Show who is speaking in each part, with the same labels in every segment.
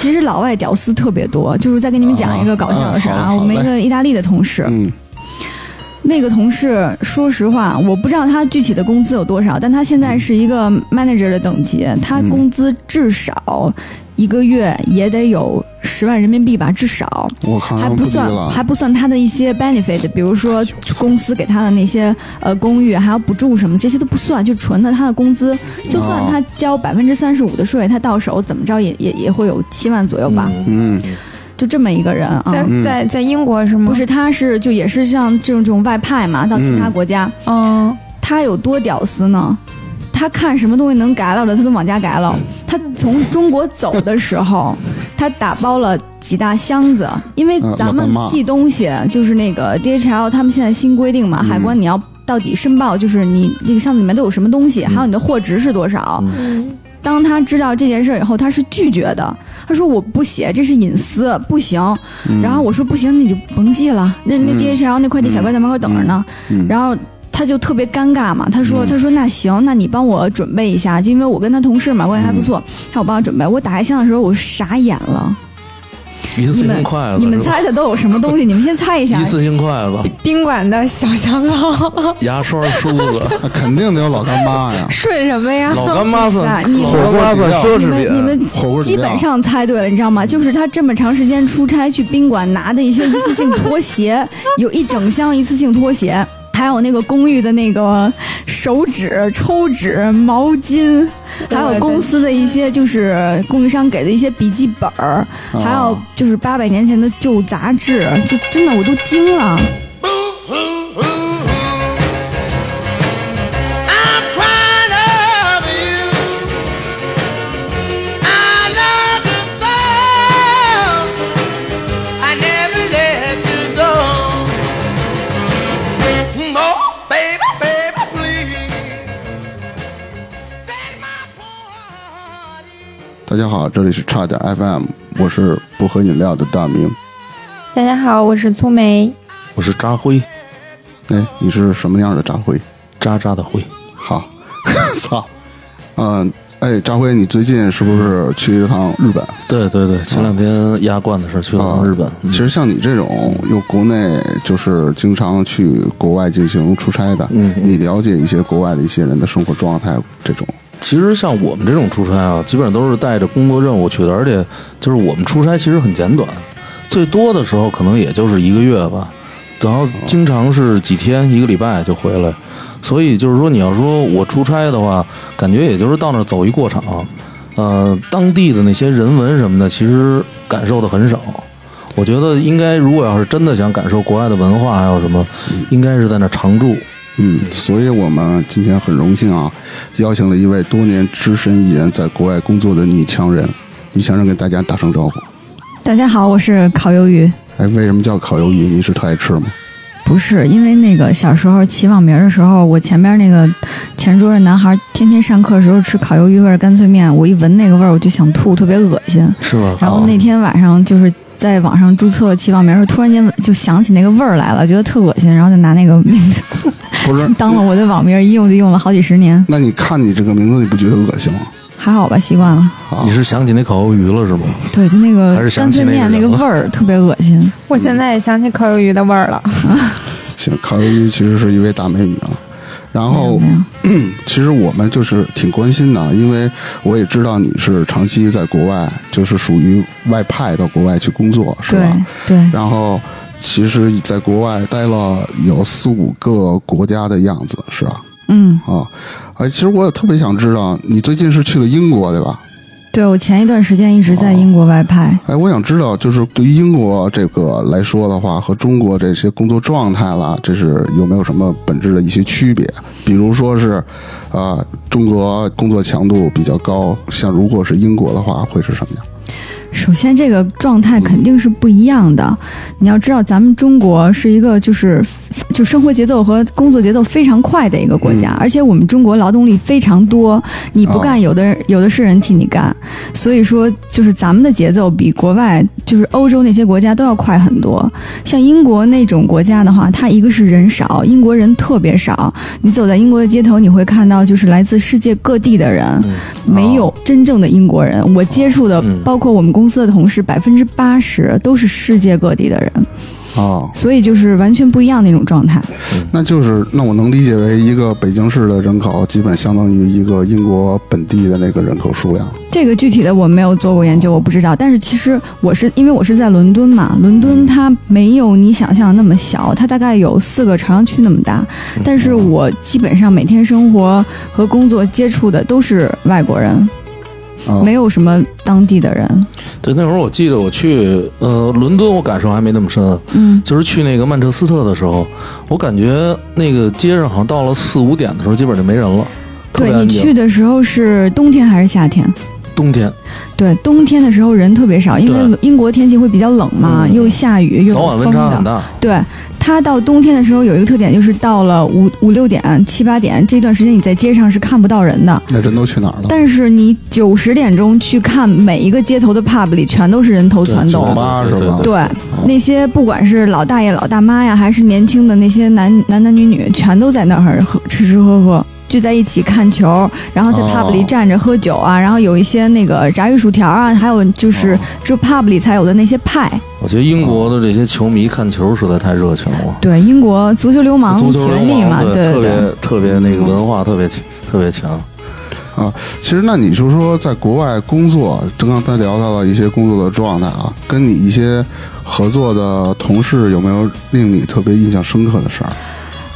Speaker 1: 其实老外屌丝特别多，就是再跟你们讲一个搞笑的事
Speaker 2: 啊
Speaker 1: 啊，
Speaker 2: 好好
Speaker 1: 我们一个意大利的同事，
Speaker 2: 嗯，
Speaker 1: 那个同事，说实话，我不知道他具体的工资有多少，但他现在是一个 manager 的等级，他
Speaker 2: 嗯
Speaker 1: 工资至少一个月也得有十万人民币吧，至少
Speaker 2: 我靠，
Speaker 1: 还
Speaker 2: 啊那
Speaker 1: 不
Speaker 2: 低
Speaker 1: 算
Speaker 2: 了，啊
Speaker 1: 还不算他的一些 benefit，比如说公司给他的那些呃公寓还有补助什么，这些都不算，就纯的他的工资，就算
Speaker 2: 哦
Speaker 1: 他交百分之三十五的税，他到手怎么着也也也会有七万左右吧，
Speaker 3: 嗯
Speaker 2: 嗯
Speaker 1: 就这么一个人啊。
Speaker 4: 在
Speaker 2: 嗯
Speaker 4: 在在英国是吗？
Speaker 1: 不，是，他是就也是像这种这种外派嘛，到其他
Speaker 2: 嗯
Speaker 1: 国家，
Speaker 4: 嗯，
Speaker 1: 他有多屌丝呢？他看什么东西能改了的，他都往家改了。他从中国走的时候，他打包了几大箱子，因为
Speaker 2: 嗯
Speaker 1: 咱
Speaker 2: 我的
Speaker 1: 们
Speaker 2: 妈
Speaker 1: 寄东西就是那个 DHL 他们现在新规定嘛，
Speaker 2: 嗯
Speaker 1: 海关你要到底申报，就是你这个箱子里面都有什么东西，还有你的货值是多少。当他知道这件事以后，他是拒绝的。他说我不写，这是隐私，不行。
Speaker 2: 嗯，
Speaker 1: 然后我说不行，你就甭寄了，那那
Speaker 2: 嗯
Speaker 1: DHL 那快递小哥在门口等着呢。
Speaker 2: 嗯
Speaker 1: 然后他就特别尴尬嘛，他说
Speaker 2: 嗯
Speaker 1: 他说那行，那你帮我准备一下，就因为我跟他同事嘛关系还不
Speaker 2: 嗯
Speaker 1: 错，他让我帮他准备。我打开箱的时候，我傻眼了，
Speaker 3: 一次性
Speaker 2: 啊
Speaker 3: 筷子，
Speaker 1: 你们
Speaker 3: 是吧
Speaker 1: 猜猜都有什么东西？你们先猜一下
Speaker 3: 一。次性筷子、
Speaker 4: 宾馆的小香 皂，
Speaker 3: 牙刷、梳 子，
Speaker 2: 那肯定得有老干妈呀
Speaker 4: 顺什么呀？
Speaker 3: 老干妈算
Speaker 1: 你们
Speaker 3: 老干妈算奢
Speaker 1: 你
Speaker 3: 侈
Speaker 1: 们你
Speaker 3: 品，
Speaker 1: 们
Speaker 2: 火锅底
Speaker 1: 基
Speaker 2: 料
Speaker 1: 本上猜对了，你知道吗？就是他这么长时间出差去宾馆拿的一些一次性拖 鞋，有一整箱一次性拖鞋，还有那个公寓的那个手指、抽纸、毛巾，还有公司的一些就是供应商给的一些笔记本儿，
Speaker 2: 啊
Speaker 1: 还有就是八百年前的旧杂志，就真的我都惊了。
Speaker 5: Ooh, ooh, ooh. I'm crying over you. I love you so. I never let you go. Oh, baby, baby, please set my party.
Speaker 2: 大家好，这里是差点 FM，我是不喝饮料的大明。
Speaker 4: 大家好，我是粗梅。
Speaker 3: 我是扎辉，
Speaker 2: 哎，你是什么样的扎辉？
Speaker 3: 渣渣的辉，
Speaker 2: 好， 操，嗯，哎，扎辉，你最近是不是去一趟日本？
Speaker 3: 对对对，前两天压罐的事儿去
Speaker 2: 啊
Speaker 3: 了趟啊日本，
Speaker 2: 其实像你这种又国内就是经常去国外进行出差的，
Speaker 3: 嗯
Speaker 2: 你了解一些国外的一些人的生活状态这种，
Speaker 3: 其实像我们这种出差啊，基本上都是带着工作任务去的，而且就是我们出差其实很简短，最多的时候可能也就是一个月吧，然后经常是几天、一个礼拜就回来。所以就是说，你要说我出差的话，感觉也就是到那儿走一过场，呃，当地的那些人文什么的，其实感受的很少。我觉得应该，如果要是真的想感受国外的文化，还有什么，应该是在那儿常住。
Speaker 2: 嗯，所以我们今天很荣幸啊，邀请了一位多年只身一人在国外工作的女强人，女强人给大家打声招呼。
Speaker 1: 大家好，我是烤鱿鱼。
Speaker 2: 哎，为什么叫烤鱿鱼？你是特爱吃吗？
Speaker 1: 不是，因为那个小时候起网名的时候，我前边那个前桌的男孩天天上课的时候吃烤鱿鱼味儿干脆面，我一闻那个味儿我就想吐，特别恶心。
Speaker 3: 是吗？
Speaker 1: 然后那天晚上就是在网上注册起网名的时候，突然间就想起那个味儿来了，觉得特恶心，然后就拿那个名字，
Speaker 2: 不是
Speaker 1: 当了我的网名，一用就用了好几十年，
Speaker 2: 那你看你这个名字，你不觉得恶心吗？
Speaker 1: 还好吧，习惯了。
Speaker 2: 啊
Speaker 3: 你，是想起那烤鱿鱼了是吗？
Speaker 1: 对，就那个
Speaker 3: 还是想
Speaker 1: 干
Speaker 3: 起
Speaker 1: 脆面
Speaker 3: 那
Speaker 1: 那
Speaker 3: 个
Speaker 1: 个
Speaker 3: 人
Speaker 1: 味儿特别恶心。
Speaker 4: 我现在也想起烤鱿鱼的味儿了。
Speaker 2: 行，烤鱿鱼其实是一位大美女啊。然后，
Speaker 1: 没有没有
Speaker 2: 其实我们就是挺关心的，因为我也知道你是长期在国外，就是属于外派到国外去工作，是
Speaker 1: 对
Speaker 2: 吧？
Speaker 1: 对，
Speaker 2: 然后，其实在国外待了有四五个国家的样子，是吧？
Speaker 1: 嗯，
Speaker 2: 啊，哎，其实我也特别想知道，你最近是去了英国对吧？
Speaker 1: 对我前一段时间一直在
Speaker 2: 哦
Speaker 1: 英国外派。
Speaker 2: 哎，我想知道，就是对于英国这个来说的话，和中国这些工作状态啦，这是有没有什么本质的一些区别？比如说是，啊、中国工作强度比较高，像如果是英国的话，会是什么样？
Speaker 1: 首先，这个状态肯定是不一样的。你要知道，咱们中国是一个就是就生活节奏和工作节奏非常快的一个国家，而且我们中国劳动力非常多，你不干，有的人、有的是人替你干，所以说就是咱们的节奏比国外，就是欧洲那些国家都要快很多。像英国那种国家的话，它一个是人少，英国人特别少，你走在英国的街头，你会看到就是来自世界各地的人，没有真正的英国人。我接触的
Speaker 3: 嗯，
Speaker 1: 包括我们公司的同事，百分之八十都是世界各地的人。
Speaker 2: 哦，
Speaker 1: 所以就是完全不一样那种状态。
Speaker 2: 那就是那我能理解为一个北京市的人口基本相当于一个英国本地的那个人口数量。
Speaker 1: 这个具体的我没有做过研究，我不知道。但是其实我是因为我是在伦敦嘛，伦
Speaker 3: 嗯
Speaker 1: 敦它没有你想象那么小，它大概有四个朝阳区那么大。
Speaker 3: 嗯
Speaker 1: 但是我基本上每天生活和工作接触的都是外国人，
Speaker 3: 哦
Speaker 2: 啊，
Speaker 1: 没有什么当地的人。
Speaker 3: 对，那会儿我记得我去呃伦敦，我感受还没那么深，啊
Speaker 1: 嗯
Speaker 3: 就是去那个曼彻斯特的时候，我感觉那个街上好像到了四五点的时候，基本就没人了，特
Speaker 1: 对
Speaker 3: 别安
Speaker 1: 你
Speaker 3: 静。
Speaker 1: 去的时候是冬天还是夏天？
Speaker 3: 冬天
Speaker 1: 对，冬天的时候人特别少，因为
Speaker 3: 对
Speaker 1: 英国天气会比较冷嘛，
Speaker 3: 嗯
Speaker 1: 又下雨又有
Speaker 3: 早晚温
Speaker 1: 风
Speaker 3: 差
Speaker 1: 的
Speaker 3: 很大，
Speaker 1: 对，它到冬天的时候有一个特点，就是到了五五六点、七八点这段时间，你在街上是看不到人的。
Speaker 2: 那人都去哪儿了？
Speaker 1: 但是你九十点钟去看每一个街头的 pub 里，全都是人头
Speaker 3: 对
Speaker 1: 攒
Speaker 2: 酒
Speaker 1: 动。哦
Speaker 2: 吧
Speaker 3: 对
Speaker 2: 是吧
Speaker 3: 对
Speaker 1: 对，那些不管是老大爷、老大妈呀，还是年轻的那些男男男女女，全都在那儿喝吃吃喝喝，聚在一起看球，然后在
Speaker 2: 哦
Speaker 1: pub 里站着喝酒啊，然后有一些那个炸鱼薯条啊，还有就是这 pub 里才有的那些派。
Speaker 3: 我觉得英国的这些球迷看球实在太热情了。
Speaker 1: 对，英国足球流氓
Speaker 3: 足球
Speaker 1: 权
Speaker 3: 流
Speaker 1: 力嘛，
Speaker 3: 氓
Speaker 1: 对对。
Speaker 3: 特别特别那个文化特别强，特别强。
Speaker 2: 其实，那你就说在国外工作，刚刚咱聊到了一些工作的状态啊，跟你一些合作的同事有没有令你特别印象深刻的事儿？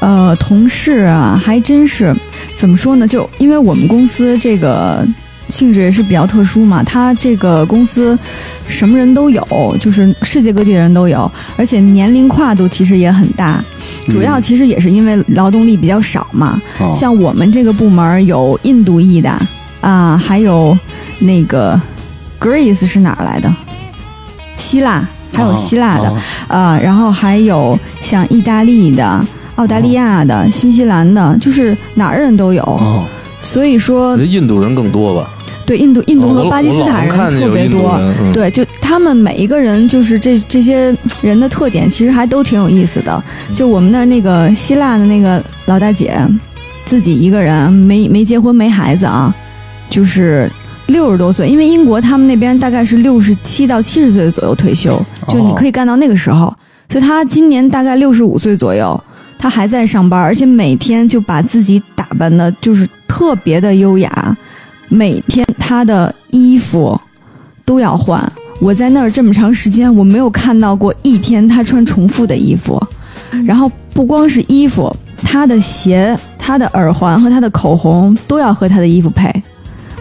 Speaker 1: 呃，同事啊，还真是怎么说呢？就因为我们公司这个性质也是比较特殊嘛，它这个公司什么人都有，就是世界各地的人都有，而且年龄跨度其实也很大。
Speaker 2: 嗯
Speaker 1: 主要其实也是因为劳动力比较少嘛，
Speaker 2: 啊，
Speaker 1: 像我们这个部门儿有印度裔的啊、还有那个 Greece 是哪儿来的？希腊，还有希腊的。
Speaker 2: 啊
Speaker 1: 啊，然后还有像意大利的、澳大利亚的、新西兰的，就是哪儿人都有。
Speaker 3: 嗯
Speaker 2: 啊
Speaker 1: 所以
Speaker 3: 我
Speaker 1: 说
Speaker 3: 觉，得印度人更多吧，
Speaker 1: 对印度、印度
Speaker 3: 哎哦我
Speaker 1: 和
Speaker 3: 老
Speaker 1: 巴基斯
Speaker 3: 我老
Speaker 1: 坦
Speaker 3: 能
Speaker 1: 人
Speaker 3: 看见
Speaker 1: 特
Speaker 3: 有
Speaker 1: 别
Speaker 3: 印度
Speaker 1: 多。
Speaker 3: 人，嗯，
Speaker 1: 对，就他们每一个人，就是这这些人的特点，其实还都挺有意思的。
Speaker 3: 嗯
Speaker 1: 就我们那儿那个希腊的那个老大姐，自己一个人，没没结婚，没孩子啊，就是六十多岁，因为英国他们那边大概是六十七到七十岁左右退休，就
Speaker 3: 哦
Speaker 1: 你可以干到那个时候。所以她今年大概六十五岁左右，她还在上班，而且每天就把自己打扮的，就是特别的优雅，每天她的衣服都要换。我在那儿这么长时间，我没有看到过一天她穿重复的衣服。然后不光是衣服，她的鞋、她的耳环和她的口红都要和她的衣服配，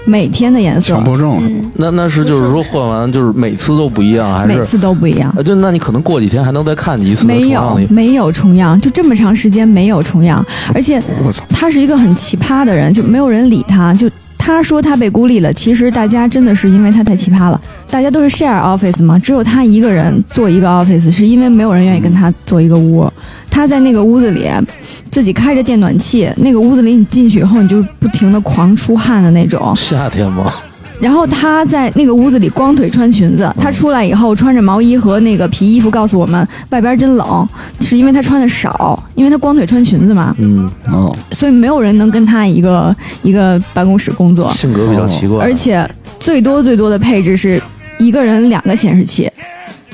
Speaker 1: 每天的颜色
Speaker 2: 强，迫症
Speaker 4: 嗯，
Speaker 3: 那那是就是说换完就是每次都不一样，还
Speaker 1: 每
Speaker 3: 是
Speaker 1: 次都不一样。
Speaker 3: 啊？就那你可能过几天还能再看你一次
Speaker 1: 没
Speaker 3: 同样
Speaker 1: 有
Speaker 3: 的 一，嗯
Speaker 1: 没有重样，就这么长时间没有重样，而且
Speaker 2: 我操，
Speaker 1: 他是一个很奇葩的人，就没有人理他，就。他说他被孤立了，其实大家真的是因为他太奇葩了。大家都是 share office 嘛，只有他一个人做一个 office，是因为没有人愿意跟他做一个屋。他在那个屋子里自己开着电暖气，那个屋子里你进去以后，你就不停的狂出汗的那种。
Speaker 3: 夏天吗？
Speaker 1: 然后他在那个屋子里光腿穿裙子，他出来以后穿着毛衣和那个皮衣服，告诉我们外边真冷，是因为他穿的少，因为他光腿穿裙子嘛，
Speaker 3: 嗯，
Speaker 2: 啊
Speaker 1: 所以没有人能跟他一个一个办公室工作，
Speaker 3: 性格比较奇怪，
Speaker 1: 而且最多最多的配置是一个人两个显示器。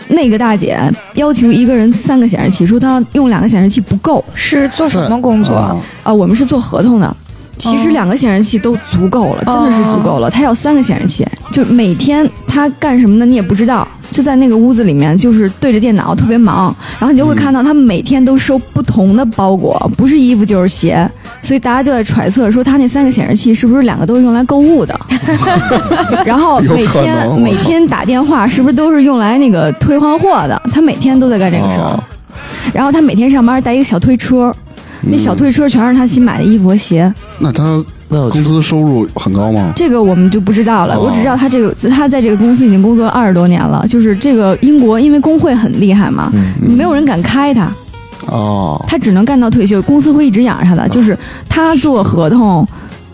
Speaker 1: 那个大姐要求一个人三个显示器，说她用两个显示器不够
Speaker 4: 是做什么工作？
Speaker 2: 啊
Speaker 1: 啊。我们是做合同的，其实
Speaker 4: 哦
Speaker 1: 两个显示器都足够了，真的是足够了。她要三个显示器，就每天她干什么呢？你也不知道，就在那个屋子里面，就是对着电脑特别忙。然后你就
Speaker 2: 嗯
Speaker 1: 会看到她每天都收不同的包裹，不是衣服就是鞋，所以大家就在揣测说她那三个显示器是不是两个都是用来购物 的，然后每
Speaker 2: 有可能我操
Speaker 1: 天每天打电话是不是都是用来那个退换货的？她每天都在干这个事儿。
Speaker 2: 哦
Speaker 1: 然后他每天上班带一个小推车，那
Speaker 2: 嗯
Speaker 1: 小推车全是他新买的衣服和鞋，
Speaker 2: 那他
Speaker 3: 那我
Speaker 2: 工资收入很高吗？
Speaker 1: 这个我们就不知道了。
Speaker 2: 哦
Speaker 1: 我只知道他这个他在这个公司已经工作了二十多年了，就是这个英国因为工会很厉害嘛，
Speaker 3: 嗯
Speaker 1: 没有人敢开他。
Speaker 2: 哦，
Speaker 1: 他只能干到退休，公司会一直养着他的。就是他做合同，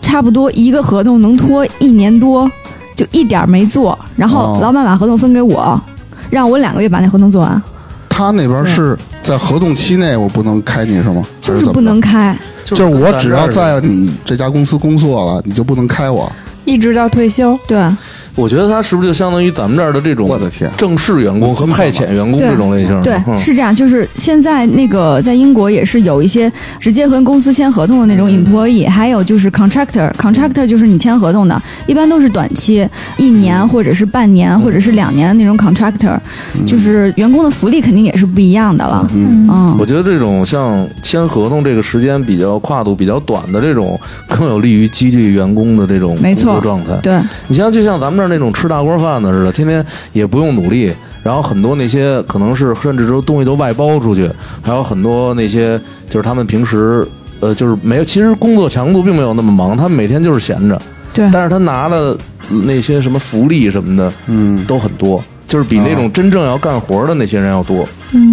Speaker 1: 差不多一个合同能拖一年多，就一点儿没做。然后
Speaker 2: 哦
Speaker 1: 老板把合同分给我，让我两个月把那合同做完，
Speaker 2: 他那边是在合同期内我不能开你是吗？
Speaker 1: 就
Speaker 2: 还
Speaker 1: 是
Speaker 2: 是怎
Speaker 1: 不
Speaker 2: 么着
Speaker 1: 能开。
Speaker 2: 就是我只要在你这家公司工作了，你就不能开我。
Speaker 4: 一直到退休。
Speaker 1: 对，
Speaker 3: 我觉得他是不是就相当于咱们这儿的这种
Speaker 2: 我的天，
Speaker 3: 正式员工和派遣员工
Speaker 1: 对
Speaker 3: 这种类型的？
Speaker 1: 对，
Speaker 3: 嗯
Speaker 1: 是这样。就是现在那个在英国也是有一些直接和公司签合同的那种
Speaker 3: 嗯
Speaker 1: employee，还有就是 contractor，contractor 就是你签合同的，一般都是短期，一
Speaker 3: 嗯
Speaker 1: 年或者是半年或者是两年的那种 contractor，就是员工的福利肯定也是不一样的了。
Speaker 2: 嗯，
Speaker 1: 嗯
Speaker 3: 我，觉得这种像签合同这个时间比较跨度比较短的这种，更有利于激励员工的这种
Speaker 1: 没
Speaker 3: 工
Speaker 1: 错
Speaker 3: 作状态。
Speaker 1: 对，
Speaker 3: 你像就像咱们这儿那种吃大锅饭的似的，天天也不用努力，然后很多那些可能是甚至都东西都外包出去，还有很多那些就是他们平时呃就是没有，其实工作强度并没有那么忙，他们每天就是闲着，
Speaker 1: 对
Speaker 3: 但是他拿的那些什么福利什么的
Speaker 2: 嗯，
Speaker 3: 都很多，就是比那种真正要干活的那些人要多。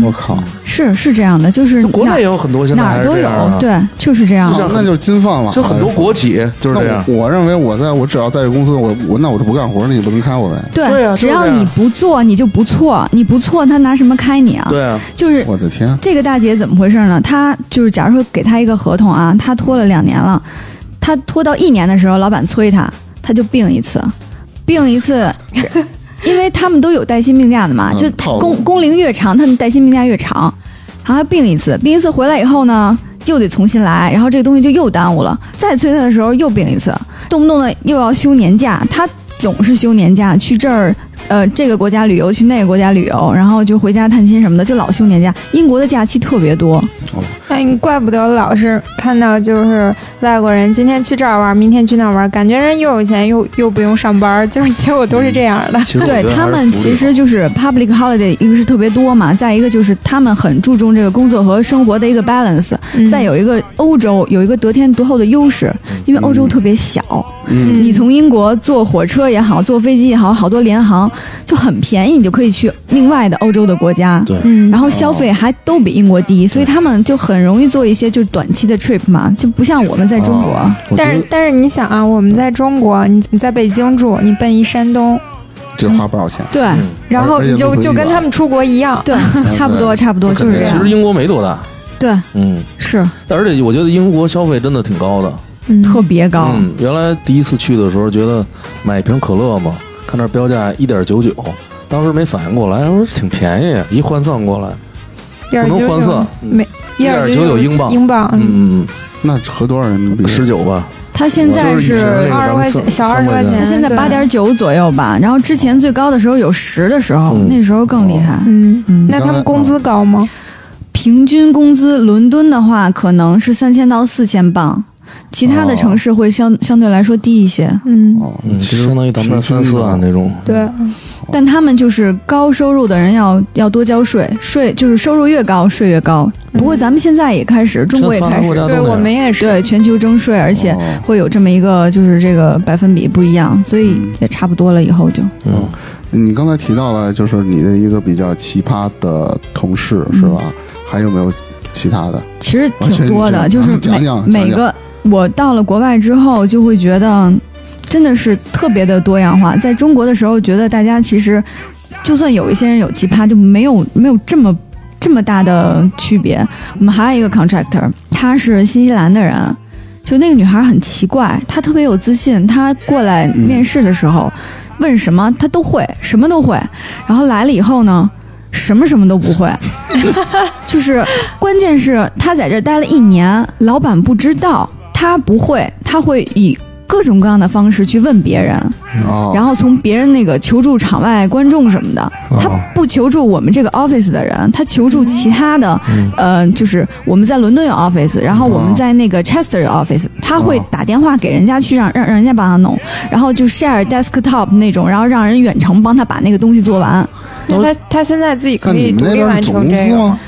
Speaker 2: 我靠，
Speaker 1: 是是这样的，就是
Speaker 3: 就国
Speaker 1: 嗯
Speaker 3: 内
Speaker 1: 哪
Speaker 3: 也有很多现在
Speaker 1: 哪
Speaker 3: 还
Speaker 1: 儿
Speaker 3: 是
Speaker 1: 都
Speaker 3: 这样啊
Speaker 1: 有，对，就是这样
Speaker 3: 就。像
Speaker 2: 那就是金放了，
Speaker 3: 就很多
Speaker 2: 还是
Speaker 3: 国企就是这样
Speaker 2: 那。我我认为我在我只要在这公司，我我那我就不干活，你不能开我呗。
Speaker 1: 对，
Speaker 3: 对啊
Speaker 1: 只
Speaker 3: 就是
Speaker 1: 要
Speaker 3: 这样
Speaker 1: 你不做，你就不错，你不错，他拿什么开你啊？
Speaker 3: 对啊，
Speaker 1: 就是
Speaker 2: 我的天，
Speaker 1: 这个大姐怎么回事呢？她就是，假如说给她一个合同啊，她拖了两年了，她拖到一年的时候，老板催她，她就病一次，病一次， 因为他们都有带薪病假的嘛，
Speaker 2: 嗯
Speaker 1: 就
Speaker 2: 套路
Speaker 1: 工工龄越长，他们带薪病假越长，然后她病一次，病一次回来以后呢，又得重新来，然后这个东西就又耽误了，再催她的时候又病一次，动不动的又要休年假，她总是休年假，去这儿呃这个国家旅游，去那个国家旅游，然后就回家探亲什么的，就老休年假。英国的假期特别多，
Speaker 4: 哎，你怪不得老是看到就是外国人今天去这儿玩，明天去那儿玩，感觉人又有钱又又不用上班， 就是结果都是这样的。
Speaker 3: 其实我觉
Speaker 1: 对
Speaker 3: 得
Speaker 1: 他
Speaker 3: 还是
Speaker 1: 们
Speaker 3: 福利
Speaker 1: 其实就是 public holiday，一个是特别多嘛，再一个就是他们很注重这个工作和生活的一个 balance。
Speaker 4: 嗯
Speaker 1: 再有一个欧洲有一个得天独厚的优势，
Speaker 3: 嗯
Speaker 1: 因为欧洲特别小，
Speaker 2: 嗯，
Speaker 1: 你从英国坐火车也好，坐飞机也好，好多联航就很便宜，你就可以去另外的欧洲的国家。
Speaker 3: 对
Speaker 4: 嗯，
Speaker 1: 然后消费还都比英国低，所以他们就很容易做一些就是短期的 trip 嘛，
Speaker 3: 嗯
Speaker 1: 就不像我们在中国。
Speaker 2: 哦
Speaker 3: 啊我觉
Speaker 4: 但
Speaker 3: 得
Speaker 4: 是但是你想啊，我们在中国，你你在北京住，你奔一山东，
Speaker 2: 这花不少钱。
Speaker 1: 对
Speaker 3: 嗯
Speaker 4: 然后
Speaker 2: 而且
Speaker 4: 你就
Speaker 2: 路途
Speaker 4: 就
Speaker 2: 一
Speaker 4: 跟
Speaker 2: 般
Speaker 4: 他们出国一样。
Speaker 1: 对，差不多，差不多就是这
Speaker 3: 其
Speaker 1: 样
Speaker 3: 实。英国没多大，
Speaker 1: 对，
Speaker 3: 嗯，
Speaker 1: 是
Speaker 3: 但而且我觉得英国消费真的挺高的。
Speaker 4: 嗯，
Speaker 1: 特别高。
Speaker 3: 嗯，原来第一次去的时候，觉得买一瓶可乐嘛，看那标价一点九九，当时没反应过来，我说挺便宜，一换算过来，
Speaker 4: 一点
Speaker 3: 不能
Speaker 4: 九
Speaker 3: 换
Speaker 4: 九
Speaker 3: 算，
Speaker 4: 每嗯一点
Speaker 3: 1.99
Speaker 4: 九
Speaker 3: 英镑
Speaker 4: 英镑，
Speaker 3: 嗯嗯
Speaker 2: 那合多少人民币？
Speaker 3: 嗯，十九吧，
Speaker 1: 它现在
Speaker 3: 就是一瓶那
Speaker 1: 是
Speaker 3: 个
Speaker 4: 二十块钱，小
Speaker 3: 咱
Speaker 4: 二
Speaker 3: 们
Speaker 4: 十
Speaker 3: 算过
Speaker 4: 块
Speaker 3: 去
Speaker 1: 它
Speaker 4: 钱，
Speaker 1: 现在
Speaker 4: 对
Speaker 1: 八，点九左右吧，然后之前最高的时候有十的时候，
Speaker 3: 嗯哦
Speaker 1: 那时候更厉害。
Speaker 4: 嗯，
Speaker 1: 嗯，
Speaker 4: 那他们工资高吗？
Speaker 1: 平均工资伦敦的话可能是三千到四千镑，其他的
Speaker 2: 哦
Speaker 1: 城市会相相对来说低一些。
Speaker 4: 嗯，
Speaker 2: 哦，
Speaker 3: 嗯，
Speaker 2: 其
Speaker 3: 其
Speaker 2: 实
Speaker 3: 实相当于咱们三四万
Speaker 2: 那
Speaker 3: 那种。
Speaker 4: 对，
Speaker 1: 但他们就是高收入的人要要多交税，税就是收入越高税越高。不过咱们现在也开始，中国也
Speaker 3: 像发达
Speaker 1: 开
Speaker 3: 国
Speaker 1: 始
Speaker 3: 家
Speaker 4: 对
Speaker 3: 都那
Speaker 4: 我
Speaker 3: 样
Speaker 4: 们也是，
Speaker 1: 对全球征税，而且
Speaker 2: 哦
Speaker 1: 会有这么一个就是这个百分比不一样，所以
Speaker 2: 嗯
Speaker 1: 也差不多了。以后就
Speaker 3: 嗯，
Speaker 2: 你刚才提到了，就是你的一个比较奇葩的同事是吧？还有没有其他的？
Speaker 1: 其实
Speaker 2: 啊
Speaker 1: 挺多的，
Speaker 2: 这
Speaker 1: 就
Speaker 2: 这
Speaker 1: 是
Speaker 2: 讲讲
Speaker 1: 每每
Speaker 2: 讲哦
Speaker 1: 个我到了国外之后，就会觉得真的是特别的多样化。在中国的时候，觉得大家其实就算有一些人有奇葩，就没有没有这么这么大的区别。我们还有一个 contractor，她是新西兰的人。就那个女孩很奇怪，她特别有自信。她过来面试的时候，问什么她都会，什么都会。然后来了以后呢，什么什么都不会，就是关键是他在这儿待了一年，老板不知道他不会，他会以各种各样的方式去问别人，
Speaker 2: 哦，
Speaker 1: 然后从别人那个求助场外观众什么的，他不求助我们这个 office 的人，他求助其他的，
Speaker 2: 嗯
Speaker 1: 呃，就是我们在伦敦有 office，然后我们在那个 Chester 有 office，他会
Speaker 2: 哦
Speaker 1: 打电话给人家去让让让人家帮他弄，然后就 share desktop 那种，然后让人远程帮他把那个东西做完。
Speaker 4: 那他他现在自己
Speaker 2: 那
Speaker 4: 可以
Speaker 2: 你们
Speaker 4: 独
Speaker 2: 那
Speaker 4: 立
Speaker 2: 边
Speaker 4: 完
Speaker 2: 是总
Speaker 4: 成
Speaker 2: 公
Speaker 4: 这
Speaker 2: 司
Speaker 4: 个
Speaker 2: 吗
Speaker 4: 吗？？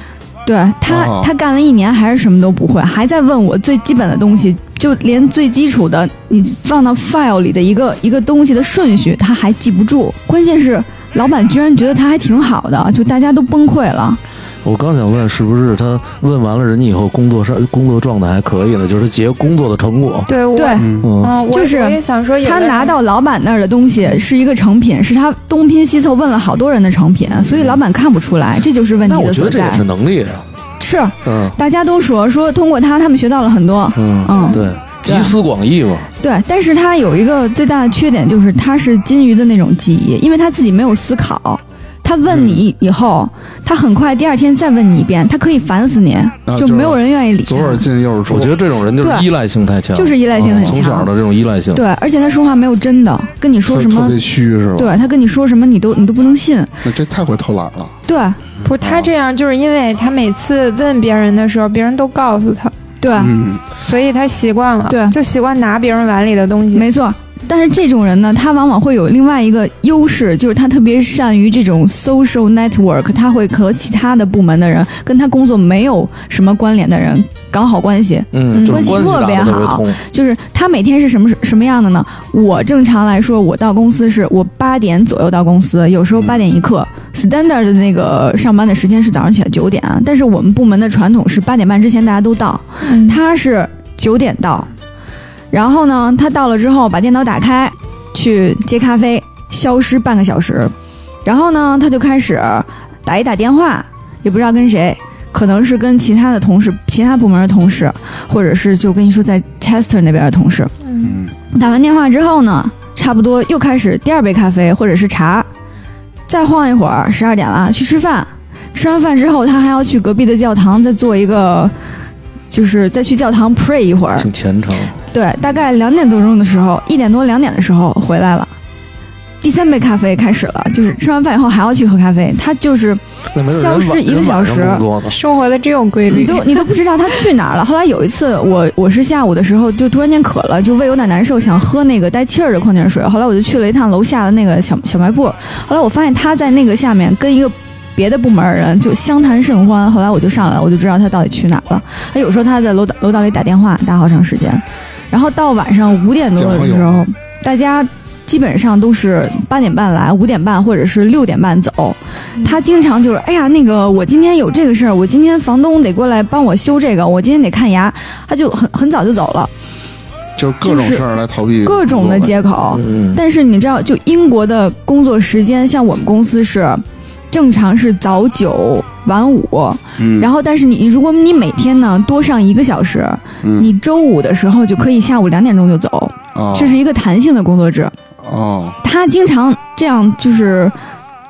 Speaker 1: 对他
Speaker 2: 哦，
Speaker 1: 他干了一年还是什么都不会，还在问我最基本的东西，就连最基础的你放到 file 里的一个一个东西的顺序，他还记不住。关键是老板居然觉得他还挺好的，就大家都崩溃了。
Speaker 3: 我刚想问，是不是他问完了人家以后工作上工作状态还可以呢？就是结工作的成果。
Speaker 4: 对我，
Speaker 1: 对，
Speaker 3: 嗯，
Speaker 4: 嗯，我
Speaker 1: 就是
Speaker 4: 我也想说有的
Speaker 1: 他
Speaker 4: 人，
Speaker 1: 拿到老板那儿的东西是一个成品，是他东拼西凑问了好多人的成品，所以老板看不出来，这就是问
Speaker 3: 那
Speaker 1: 题
Speaker 3: 我
Speaker 1: 的
Speaker 3: 觉
Speaker 1: 所
Speaker 3: 得这也
Speaker 1: 在
Speaker 3: 是。能力啊。
Speaker 1: 是，
Speaker 3: 嗯
Speaker 1: 大家都说说通过他，他们学到了很多。
Speaker 3: 嗯
Speaker 1: 嗯
Speaker 3: 对，集思广益嘛。
Speaker 1: 对，但是他有一个最大的缺点，就是他是金鱼的那种记忆，因为他自己没有思考。他问你以后，他很快第二天再问你一遍，他可以烦死你，
Speaker 2: 嗯啊就是
Speaker 1: 没有人愿意理
Speaker 2: 左耳
Speaker 1: 他。
Speaker 2: 进右耳出。
Speaker 3: 我觉得这种人就是
Speaker 1: 对
Speaker 3: 依赖性太强，
Speaker 1: 就是依赖性很
Speaker 3: 嗯从小
Speaker 1: 强
Speaker 3: 的这种依赖性。
Speaker 1: 对，而且他说话没有真的，跟你说
Speaker 2: 特
Speaker 1: 什
Speaker 2: 特
Speaker 1: 么
Speaker 2: 别，虚是吧？，
Speaker 1: 对他跟你说什么你都你都不能信。
Speaker 2: 那这太会偷懒了。
Speaker 1: 对
Speaker 4: 不是
Speaker 1: 哦
Speaker 4: 他这样，就是因为他每次问别人的时候，别人都告诉他，
Speaker 1: 对，
Speaker 2: 嗯，
Speaker 4: 所以他习惯了，
Speaker 1: 对
Speaker 4: 就习惯拿别人碗里的东西。
Speaker 1: 没错。但是这种人呢，他往往会有另外一个优势，就是他特别善于这种 social network，他会和其他的部门的人，跟他工作没有什么关联的人搞好关系。
Speaker 3: 嗯，
Speaker 4: 嗯
Speaker 3: 这种
Speaker 4: 关
Speaker 1: 系
Speaker 3: 关系
Speaker 1: 特
Speaker 3: 打
Speaker 1: 别
Speaker 3: 得特别
Speaker 1: 好
Speaker 3: 通。
Speaker 1: 就是他每天是什么什么样的呢？我正常来说，我到公司是我八点左右到公司，有时候八点一刻。standard 的那个上班的时间是早上起来九点啊，但是我们部门的传统是八点半之前大家都到，
Speaker 4: 嗯
Speaker 1: 他是九点到，然后呢，他到了之后把电脑打开，去接咖啡，消失半个小时，然后呢，他就开始打一打电话，也不知道跟谁，可能是跟其他的同事、其他部门的同事，或者是就跟你说在 Chester 那边的同事。
Speaker 4: 嗯
Speaker 1: 打完电话之后呢，差不多又开始第二杯咖啡或者是茶，再晃一会儿，十二点了，去吃饭。吃完饭之后，他还要去隔壁的教堂再做一个，就是再去教堂 pray 一会儿。
Speaker 3: 挺虔诚，
Speaker 1: 对，大概两点多钟的时候，一点多两点的时候回来了。第三杯咖啡开始了，就是吃完饭以后还要去喝咖啡，他就是
Speaker 3: 那没准人
Speaker 1: 消
Speaker 3: 晚
Speaker 1: 失一个
Speaker 3: 人晚
Speaker 1: 小
Speaker 3: 上
Speaker 1: 时
Speaker 3: 工作呢
Speaker 4: 生活的真有规律
Speaker 1: 你，都你都不知道他去哪儿了。后来有一次我，我是下午的时候就突然间渴了，就胃有点难受，想喝那个带气儿的矿泉水。后来我就去了一趟楼下的那个小小卖部，后来我发现他在那个下面跟一个。别的部门的人就相谈甚欢，后来我就上来了，我就知道他到底去哪儿了。他有时候他在楼道楼道里打电话，打好长时间，然后到晚上五点多的时
Speaker 2: 交朋
Speaker 1: 候，大家基本上都是八点半来，五点半或者是六点半走，他经常就是，哎呀，那个我今天有这个事儿，我今天房东得过来帮我修这个，我今天得看牙，他就很很早就走了，
Speaker 2: 就是各种
Speaker 1: 就是
Speaker 2: 事儿来逃避
Speaker 1: 各种的借口。
Speaker 3: 嗯，
Speaker 1: 但是你知道，就英国的工作时间，像我们公司是正常是早九晚五，
Speaker 2: 嗯，
Speaker 1: 然后但是你如果你每天呢多上一个小时，
Speaker 2: 嗯
Speaker 1: 你周五的时候就可以下午两点钟就走，
Speaker 2: 哦
Speaker 1: 这是一个弹性的工作制。
Speaker 2: 哦，
Speaker 1: 他经常这样，就是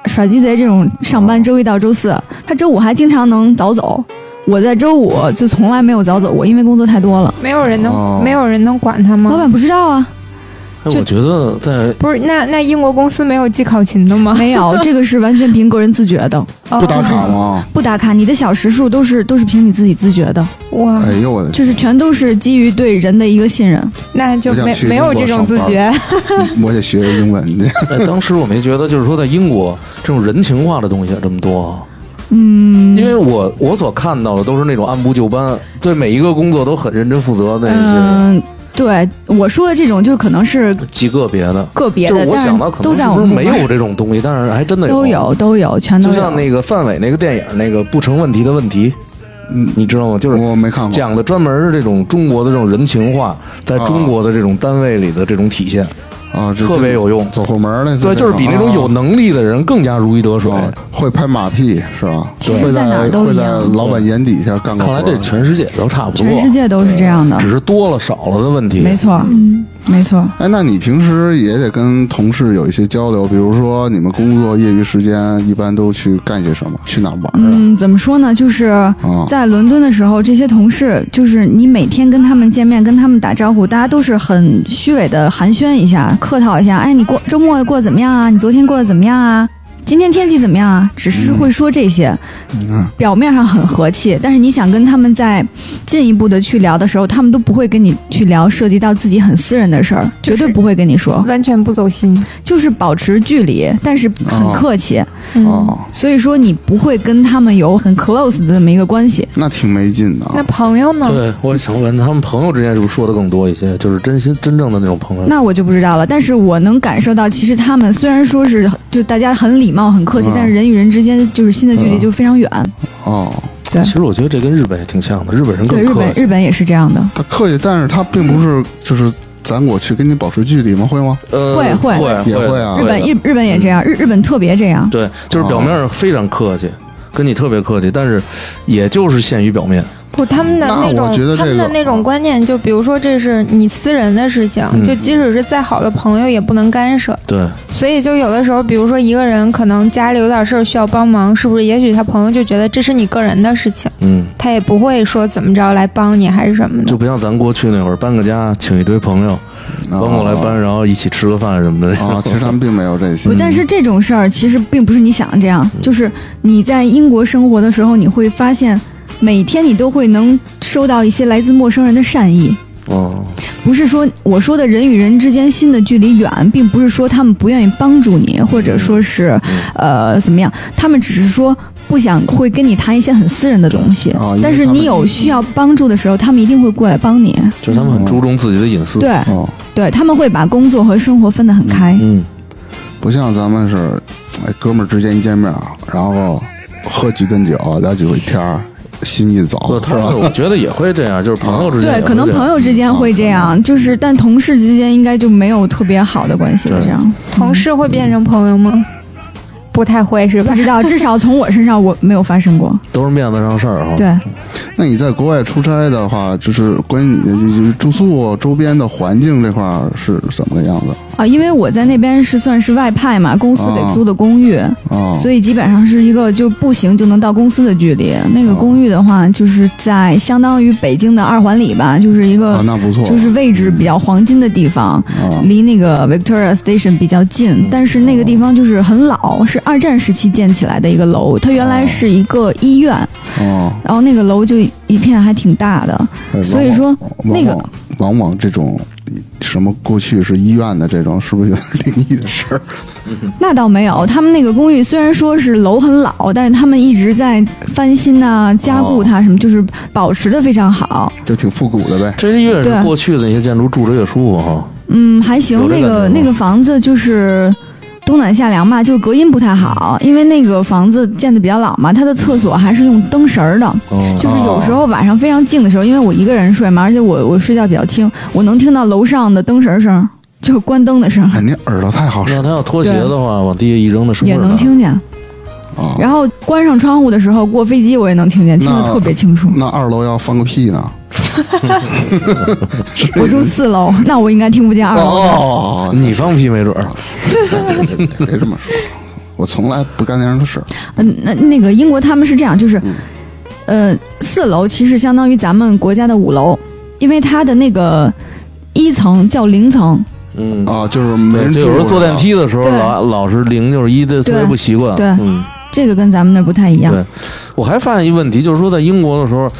Speaker 1: 耍鸡贼这种上班，周一到周四，他周五还经常能早走。我在周五就从来没有早走过，因为工作太多了，
Speaker 4: 没有人能、
Speaker 2: 哦
Speaker 4: 没有人能管他
Speaker 1: 老
Speaker 4: 吗？
Speaker 1: 板不知道啊。
Speaker 3: 哎
Speaker 1: 就
Speaker 3: 我觉得在
Speaker 4: 不是，那那英国公司没有记考勤的吗？
Speaker 1: 没有，这个是完全凭个人自觉的，
Speaker 4: 哦
Speaker 2: 不打卡？吗？
Speaker 1: 不打卡，你的小时数都是都是凭你自己自觉的，
Speaker 4: 哇，
Speaker 2: 哎呦我的，
Speaker 1: 就是全都是基于对人的一个信任。
Speaker 4: 那就
Speaker 2: 我想
Speaker 4: 没
Speaker 2: 去
Speaker 4: 没有
Speaker 2: 英国
Speaker 4: 这种
Speaker 2: 上
Speaker 4: 自
Speaker 2: 班
Speaker 4: 觉。
Speaker 2: 我得学英文 去。
Speaker 3: 哎，当时我没觉得，就是说在英国这种人情化的东西啊这么多。嗯，因为我我所看到的都是那种按部就班，对每一个工作都很认真负责的那
Speaker 1: 嗯，对我说的这种，就是可能是
Speaker 3: 些极个别的。
Speaker 1: 个别
Speaker 3: 就是
Speaker 1: 的，
Speaker 3: 我
Speaker 1: 但
Speaker 3: 想到可
Speaker 1: 都
Speaker 3: 能
Speaker 1: 在
Speaker 3: 是
Speaker 1: 我
Speaker 3: 不是
Speaker 1: 们部
Speaker 3: 没
Speaker 1: 门
Speaker 3: 有这种东西，但是还真的
Speaker 1: 都
Speaker 3: 有。啊
Speaker 1: 有都有，全都
Speaker 3: 就
Speaker 1: 有。
Speaker 3: 像那个范伟那个电影，那个不成问题的问题，
Speaker 2: 嗯，
Speaker 3: 你知道吗？就是
Speaker 2: 我没看过，
Speaker 3: 讲的专门是这种中国的这种人情化，在中国的这种单位里的这种体
Speaker 1: 哦
Speaker 3: 现，
Speaker 2: 啊，这
Speaker 3: 特别有用。
Speaker 2: 走后门儿的，
Speaker 3: 对，就是比那种有
Speaker 2: 啊
Speaker 3: 能力的人更加如鱼得水。
Speaker 1: 哦
Speaker 2: 啊会拍马屁是吧？
Speaker 1: 其实
Speaker 2: 会
Speaker 1: 在哪儿
Speaker 2: 在
Speaker 1: 都一
Speaker 2: 会在
Speaker 1: 样
Speaker 2: 老板眼底下干个
Speaker 3: 看
Speaker 2: 活
Speaker 3: 来
Speaker 2: 儿。
Speaker 3: 这全世界都差不多，
Speaker 1: 全世界都是这样的，
Speaker 3: 嗯只是多了少了的问题。
Speaker 1: 没错，
Speaker 4: 嗯
Speaker 1: 没错。
Speaker 2: 哎，那你平时也得跟同事有一些交流，比如说你们工作业余时间一般都去干些什么？去哪儿玩儿
Speaker 1: 嗯，怎么说呢？就是
Speaker 3: 嗯
Speaker 2: 啊？
Speaker 1: 在伦敦的时候，这些同事就是你每天跟他们见面，跟他们打招呼，大家都是很虚伪的寒暄一下，客套一下。哎，你过周末过得怎么样啊？你昨天过得怎么样啊？今天天气怎么样啊？只是会说这些，
Speaker 2: 嗯
Speaker 1: 表面上很和气，但是你想跟他们再进一步的去聊的时候，他们都不会跟你去聊涉及到自己很私人的事儿，绝对不会跟你说，
Speaker 4: 完全不走心。
Speaker 1: 就是保持距离，但是很
Speaker 2: 哦
Speaker 1: 客气。
Speaker 4: 嗯，
Speaker 2: 哦，
Speaker 1: 所以说你不会跟他们有很 close 的这么一个关系。
Speaker 2: 那挺没劲的啊。
Speaker 4: 那朋友呢？
Speaker 3: 对，我也想问他们朋友之间是不是说的更多一些，就是真心真正的那种朋友。
Speaker 1: 那我就不知道了，但是我能感受到，其实他们虽然说是就大家很礼貌、很客气
Speaker 2: 嗯，
Speaker 1: 但是人与人之间就是心的距离
Speaker 2: 嗯
Speaker 1: 就非常远。
Speaker 2: 哦，
Speaker 1: 对
Speaker 3: 其实我觉得这跟日本也挺像的，日本人
Speaker 1: 对，
Speaker 3: 更
Speaker 1: 日
Speaker 3: 客
Speaker 1: 本
Speaker 3: 气。
Speaker 1: 日本也是这样的。
Speaker 2: 他客气，但是他并不是就是咱我去跟你保持距离吗？会吗？
Speaker 3: 呃
Speaker 1: 会会
Speaker 3: 会
Speaker 2: 也会啊
Speaker 1: 日本
Speaker 3: 的嗯
Speaker 1: 日日本也这样，日日本特别这样。
Speaker 3: 对，就是表面非常客气，跟你特别客气，但是也就是限于表面。
Speaker 4: 不，他们的
Speaker 2: 那
Speaker 4: 那种，
Speaker 2: 我觉得
Speaker 4: 他们
Speaker 2: 这
Speaker 4: 的
Speaker 2: 个
Speaker 4: 那种观念，就比如说这是你私人的事情，
Speaker 3: 嗯
Speaker 4: 就即使是再好的朋友也不能干涉。
Speaker 3: 对，
Speaker 4: 所以就有的时候，比如说一个人可能家里有点事儿需要帮忙，是不是？也许他朋友就觉得这是你个人的事情，
Speaker 3: 嗯，
Speaker 4: 他也不会说怎么着来帮你还是什么的
Speaker 3: 就。不像咱过去那会儿搬个家，请一堆朋友帮我来搬，然后一起吃个饭什么的。
Speaker 2: 啊，其实他们并没有这些
Speaker 1: 不，。但是这种事儿其实并不是你想的这样，就是你在英国生活的时候，你会发现每天你都会能收到一些来自陌生人的善意。
Speaker 3: 哦，
Speaker 1: 不是说我说的人与人之间心的距离远，并不是说他们不愿意帮助你，或者说是呃怎么样，他们只是说不想会跟你谈一些很私人的东西。
Speaker 2: 啊因为
Speaker 1: 但是
Speaker 2: 他们
Speaker 1: 你有需要帮助的时候，他们一定会过来帮你。
Speaker 3: 就是他们很注重自己的隐私。，
Speaker 1: 嗯对
Speaker 2: 哦，
Speaker 1: 对，他们会把工作和生活分得很开。
Speaker 3: 嗯，
Speaker 2: 不像咱们是，哎，哥们儿之间一见面儿，然后喝几顿酒，聊几回天儿，心一走
Speaker 3: 不，，
Speaker 2: 是
Speaker 3: 他
Speaker 2: 吧？
Speaker 3: 我觉得也会这样，就是朋友之间
Speaker 1: 对，
Speaker 3: 也会
Speaker 1: 可能
Speaker 3: 这样
Speaker 1: 朋友之间会这样，就是但同事之间应该就没有特别好的关系了。
Speaker 3: 对
Speaker 1: 这样
Speaker 4: 同事会变成朋友
Speaker 2: 嗯
Speaker 4: 吗？不太会是吧
Speaker 1: 不？知道，至少从我身上我没有发生过。
Speaker 3: 都是面子上事儿哈。，
Speaker 1: 对，
Speaker 2: 那你在国外出差的话，就是关于你的就就是住宿周边的环境这块儿是怎么个样子
Speaker 1: 啊，因为我在那边是算是外派嘛，公司给租的公寓，
Speaker 2: 啊？
Speaker 1: 所以基本上是一个就步行就能到公司的距离。那
Speaker 2: 哦
Speaker 1: 个公寓的话，就是在相当于北京的二环里吧，就是一
Speaker 2: 啊，
Speaker 1: 个
Speaker 2: 那不错，
Speaker 1: 呃就是位置比较黄金的地方，
Speaker 2: 啊，
Speaker 1: 离那个 Victoria Station 比较
Speaker 2: 嗯
Speaker 1: 近。但是那个地方就是很老，是二战时期建起来的一个楼，它原来是一个医院，
Speaker 2: 哦，
Speaker 1: 然后那个楼就一片还挺大的。
Speaker 2: 哎
Speaker 1: 所以说
Speaker 2: 往往
Speaker 1: 那个
Speaker 2: 往往往这种什么过去是医院的这种，是不是有点灵异的事儿？
Speaker 1: 那倒没有，他们那个公寓虽然说是楼很老，但是他们一直在翻新呐、加固它什么，就是保持的非常好。
Speaker 2: 就挺复古的呗。
Speaker 3: 这越是
Speaker 1: 对
Speaker 3: 过去的那些建筑住着越舒服哈。
Speaker 1: 嗯，还
Speaker 3: 有
Speaker 1: 行。
Speaker 3: 这
Speaker 1: 那
Speaker 3: 感觉
Speaker 1: 个
Speaker 3: 吗
Speaker 1: 那个房子就是冬暖夏凉吧，就是隔音不太好，因为那个房子建的比较老嘛，它的厕所还是用灯绳儿的。
Speaker 3: 哦，
Speaker 1: 就是有时候晚上非常静的时候，因为我一个人睡嘛，而且我我睡觉比较轻，我能听到楼上的灯绳儿声，就是关灯的 声儿，
Speaker 2: 哎，你耳朵太好使
Speaker 3: 那他要脱鞋的话，往地下一扔，那声
Speaker 1: 也
Speaker 3: 味儿
Speaker 1: 能
Speaker 3: 大哦
Speaker 1: 听见。
Speaker 2: 啊！
Speaker 1: 嗯然后关上窗户的时候，过飞机我也能听见，听得
Speaker 2: 那
Speaker 1: 特别清楚。
Speaker 2: 那二楼要放个屁 呢？是
Speaker 1: 我住四楼，那我应该听不见二楼。
Speaker 2: 哦，
Speaker 3: 你放屁没准儿，
Speaker 2: 别这么说，我从来不干那样的事儿。
Speaker 1: 嗯，那那个英国他们是这样，就是，
Speaker 3: 嗯
Speaker 1: 呃，四楼其实相当于咱们国家的五楼，因为它的那个一层叫零层，
Speaker 3: 嗯，
Speaker 2: 啊，就是没人
Speaker 3: 就
Speaker 2: 住啊
Speaker 3: 有时候坐电
Speaker 2: 是吧，
Speaker 3: 梯的时候
Speaker 1: 对
Speaker 3: 老 老是零就是一的，特别
Speaker 1: 对
Speaker 3: 不习惯。
Speaker 1: 对
Speaker 3: 嗯，
Speaker 1: 这个跟咱们那儿不太一样。
Speaker 3: 对我还发现一问题，就是说在英国的时候。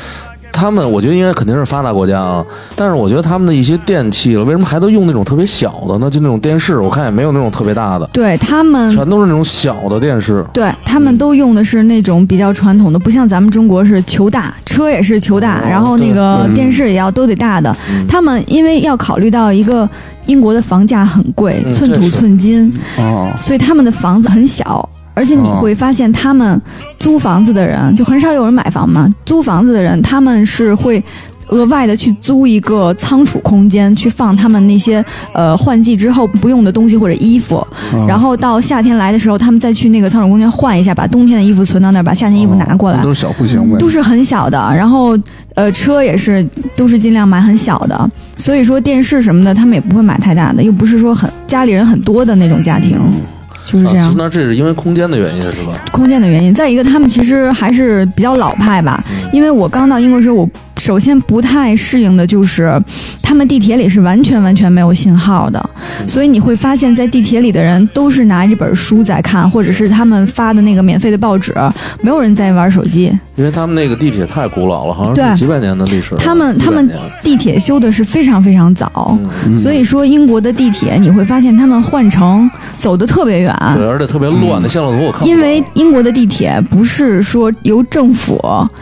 Speaker 3: 他们，我觉得应该肯定是发达国家啊，但是我觉得他们的一些电器了，为什么还都用那种特别小的呢？就那种电视，我看也没有那种特别大的，
Speaker 1: 对他们，
Speaker 3: 全都是那种小的电视。
Speaker 1: 对他
Speaker 3: 嗯
Speaker 1: 们都用的是那种比较传统的，不像咱们中国是球大，车也是球大，
Speaker 3: 哦
Speaker 1: 然后那个
Speaker 2: 对对
Speaker 1: 电视也要都得大的。
Speaker 3: 嗯
Speaker 1: 他们因为要考虑到一个英国的房价很贵，
Speaker 3: 嗯
Speaker 1: 寸
Speaker 3: 这
Speaker 1: 土
Speaker 3: 是
Speaker 1: 寸金，
Speaker 2: 哦，
Speaker 1: 所以他们的房子很小，而且你
Speaker 2: 哦
Speaker 1: 会发现他们租房子的人就很少有人买房嘛，租房子的人他们是会。额外的去租一个仓储空间，去放他们那些呃换季之后不用的东西或者衣服，
Speaker 2: 嗯
Speaker 1: 然后到夏天来的时候，他们再去那个仓储空间换一下，把冬天的衣服存到那儿，把夏天衣服拿过来，
Speaker 2: 都是小户型呗，
Speaker 1: 都是很小的。然后呃车也是都是尽量买很小的，所以说电视什么的他们也不会买太大的，又不是说很家里人很多的那种家庭，就是这样
Speaker 3: 啊。那这是因为空间的原因是吧？
Speaker 1: 空间的原因，再一个他们其实还是比较老派吧。因为我刚到英国时候，我首先不太适应的就是他们地铁里是完全完全没有信号的，所以你会发现在地铁里的人都是拿着本书在看，或者是他们发的那个免费的报纸，没有人在玩手机。
Speaker 3: 因为他们那个地铁太古老了，好像
Speaker 1: 对
Speaker 3: 是几百年的历史了。
Speaker 1: 他们
Speaker 3: 100
Speaker 1: 他们
Speaker 3: 年
Speaker 1: 地铁修的是非常非常早，所以说英国的地铁你会发现他们换乘走的特别远，
Speaker 3: 对，而且特别乱，那线路图我看不
Speaker 1: 啊因为
Speaker 3: 懂
Speaker 1: 英国的地铁不是说由政府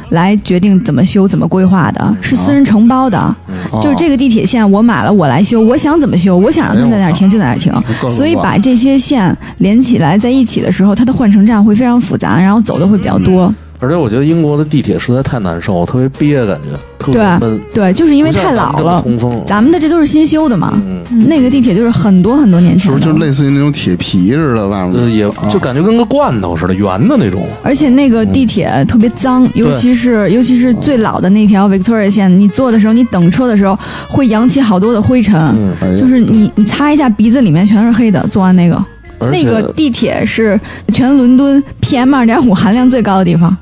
Speaker 1: 来决定怎么修、怎么规划的，是私人承包的。
Speaker 2: 啊
Speaker 1: 就是这个地铁线，我买了，我来修，我想怎么修，我想让它在哪儿停就在哪儿停
Speaker 2: 哎呦。
Speaker 1: 所以把这些线连起来在一起的时候，它的换乘站会非常复杂，然后走的会比较多。
Speaker 3: 而且我觉得英国的地铁实在太难受，特别憋，感觉特别闷
Speaker 1: 对，对，就是因为
Speaker 3: 不像
Speaker 1: 太老
Speaker 3: 咱们这么
Speaker 1: 了，
Speaker 3: 通风。
Speaker 1: 咱们的这都是新修的嘛。
Speaker 3: 嗯，
Speaker 1: 那个地铁就是很多很多年前
Speaker 2: 是不
Speaker 1: 的，
Speaker 2: 是就类似于那种铁皮似的外面？
Speaker 3: 呃，也
Speaker 2: 啊
Speaker 3: 就感觉跟个罐头似的，圆的那种。
Speaker 1: 而且那个地
Speaker 3: 嗯
Speaker 1: 铁特别脏，尤其是尤其是最老的那条 Victoria 线，你坐的时候，你等车的时候会扬起好多的灰尘，
Speaker 3: 嗯，
Speaker 2: 哎呀
Speaker 1: 就是你你擦一下鼻子里面全是黑的。坐完那个，
Speaker 3: 而
Speaker 1: 那
Speaker 3: 且
Speaker 1: 个地铁是全伦敦 PM 二点五含量最高的地方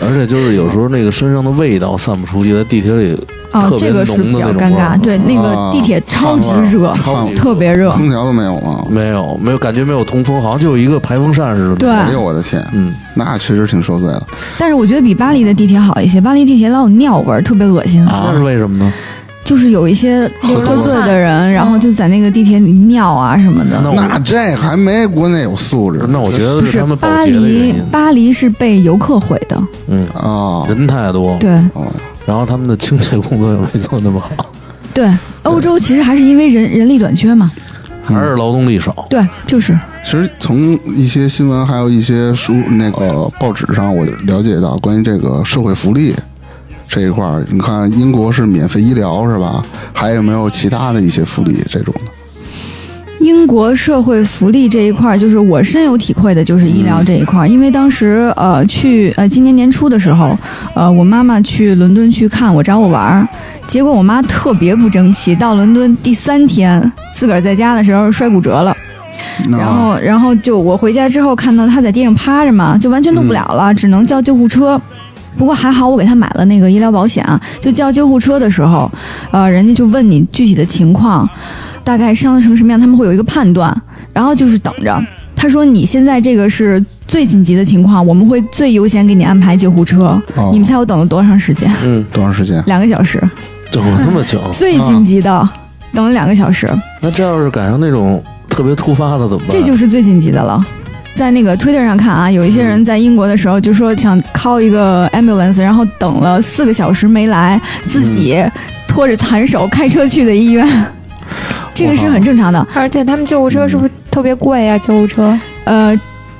Speaker 3: 而且就是有时候那个身上的味道散不出去，在地铁里
Speaker 1: 啊
Speaker 3: 特，别
Speaker 1: 这个是比较
Speaker 3: 浓的那
Speaker 1: 尴
Speaker 3: 种味
Speaker 1: 尬
Speaker 3: 儿。
Speaker 1: 对，那
Speaker 2: 啊
Speaker 1: 个地铁超级热，
Speaker 2: 汗
Speaker 3: 嗯
Speaker 2: 味儿
Speaker 1: 特别热。
Speaker 2: 空调都没有啊！
Speaker 3: 没有没有感觉没有通风，好像就有一个排风扇似的。
Speaker 1: 对
Speaker 2: 哎呦我的天，
Speaker 3: 嗯，
Speaker 2: 那确实挺受罪的。
Speaker 1: 但是我觉得比巴黎的地铁好一些，巴黎地铁老有尿味儿，特别恶心。
Speaker 3: 那是为什么呢？
Speaker 1: 就是有一些喝醉的人，然后就在那个地铁里尿啊什么的。
Speaker 3: 那
Speaker 2: 那
Speaker 3: 我
Speaker 2: 这还没国内有素质。
Speaker 3: 那我觉得
Speaker 1: 不
Speaker 3: 是
Speaker 1: 是
Speaker 3: 他们保
Speaker 1: 巴
Speaker 3: 洁的原
Speaker 1: 黎
Speaker 3: 因，，
Speaker 1: 巴黎是被游客毁的。
Speaker 3: 嗯，
Speaker 2: 啊，
Speaker 3: 人太多，
Speaker 1: 对
Speaker 2: 哦
Speaker 3: 然后他们的清洁工作也没做那么好，
Speaker 1: 对，欧洲其实还是因为人人力短缺嘛。
Speaker 3: 还是劳动力少。
Speaker 1: 对，就是
Speaker 2: 其实从一些新闻，还有一些书那个、
Speaker 3: 嗯
Speaker 2: 呃报纸上，我了解到关于这个社会福利这一块儿，你看英国是免费医疗是吧？还有没有其他的一些福利这种的？
Speaker 1: 英国社会福利这一块儿，就是我深有体会的，就是医
Speaker 3: 嗯
Speaker 1: 疗这一块儿。因为当时呃去呃今年年初的时候，呃我妈妈去伦敦去看我找我玩儿，结果我妈特别不争气，到伦敦第三天自个儿在家的时候摔骨折了。
Speaker 2: 那
Speaker 1: 然后，然后就我回家之后看到他在地上趴着嘛，就完全动不了了，只能叫救护车。不过还好，我给他买了那个医疗保险啊。就叫救护车的时候，呃，人家就问你具体的情况，大概伤成什么样，他们会有一个判断，然后就是等着。他说你现在这个是最紧急的情况，我们会最优先给你安排救护车。
Speaker 2: 哦
Speaker 1: 你们猜我等了多长时间？
Speaker 3: 嗯，
Speaker 2: 多长时间？
Speaker 1: 两个小时，
Speaker 3: 走了那么 久，
Speaker 1: 最紧急的，等了两个小时。
Speaker 3: 那这要是赶上那种特别突发的怎么办？
Speaker 2: 嗯
Speaker 1: 这就是最紧急的了。在那个 Twitter 上看啊，有一些人在英国的时候就说想 call 一个 ambulance，然后等了四个小时没来，自己
Speaker 2: 嗯
Speaker 1: 拖着残手开车去的医院，这个是
Speaker 2: 哦
Speaker 1: 很正常的。
Speaker 4: 而且他们救护车是不
Speaker 2: 嗯
Speaker 4: 是特别贵啊？救护车
Speaker 1: 呃，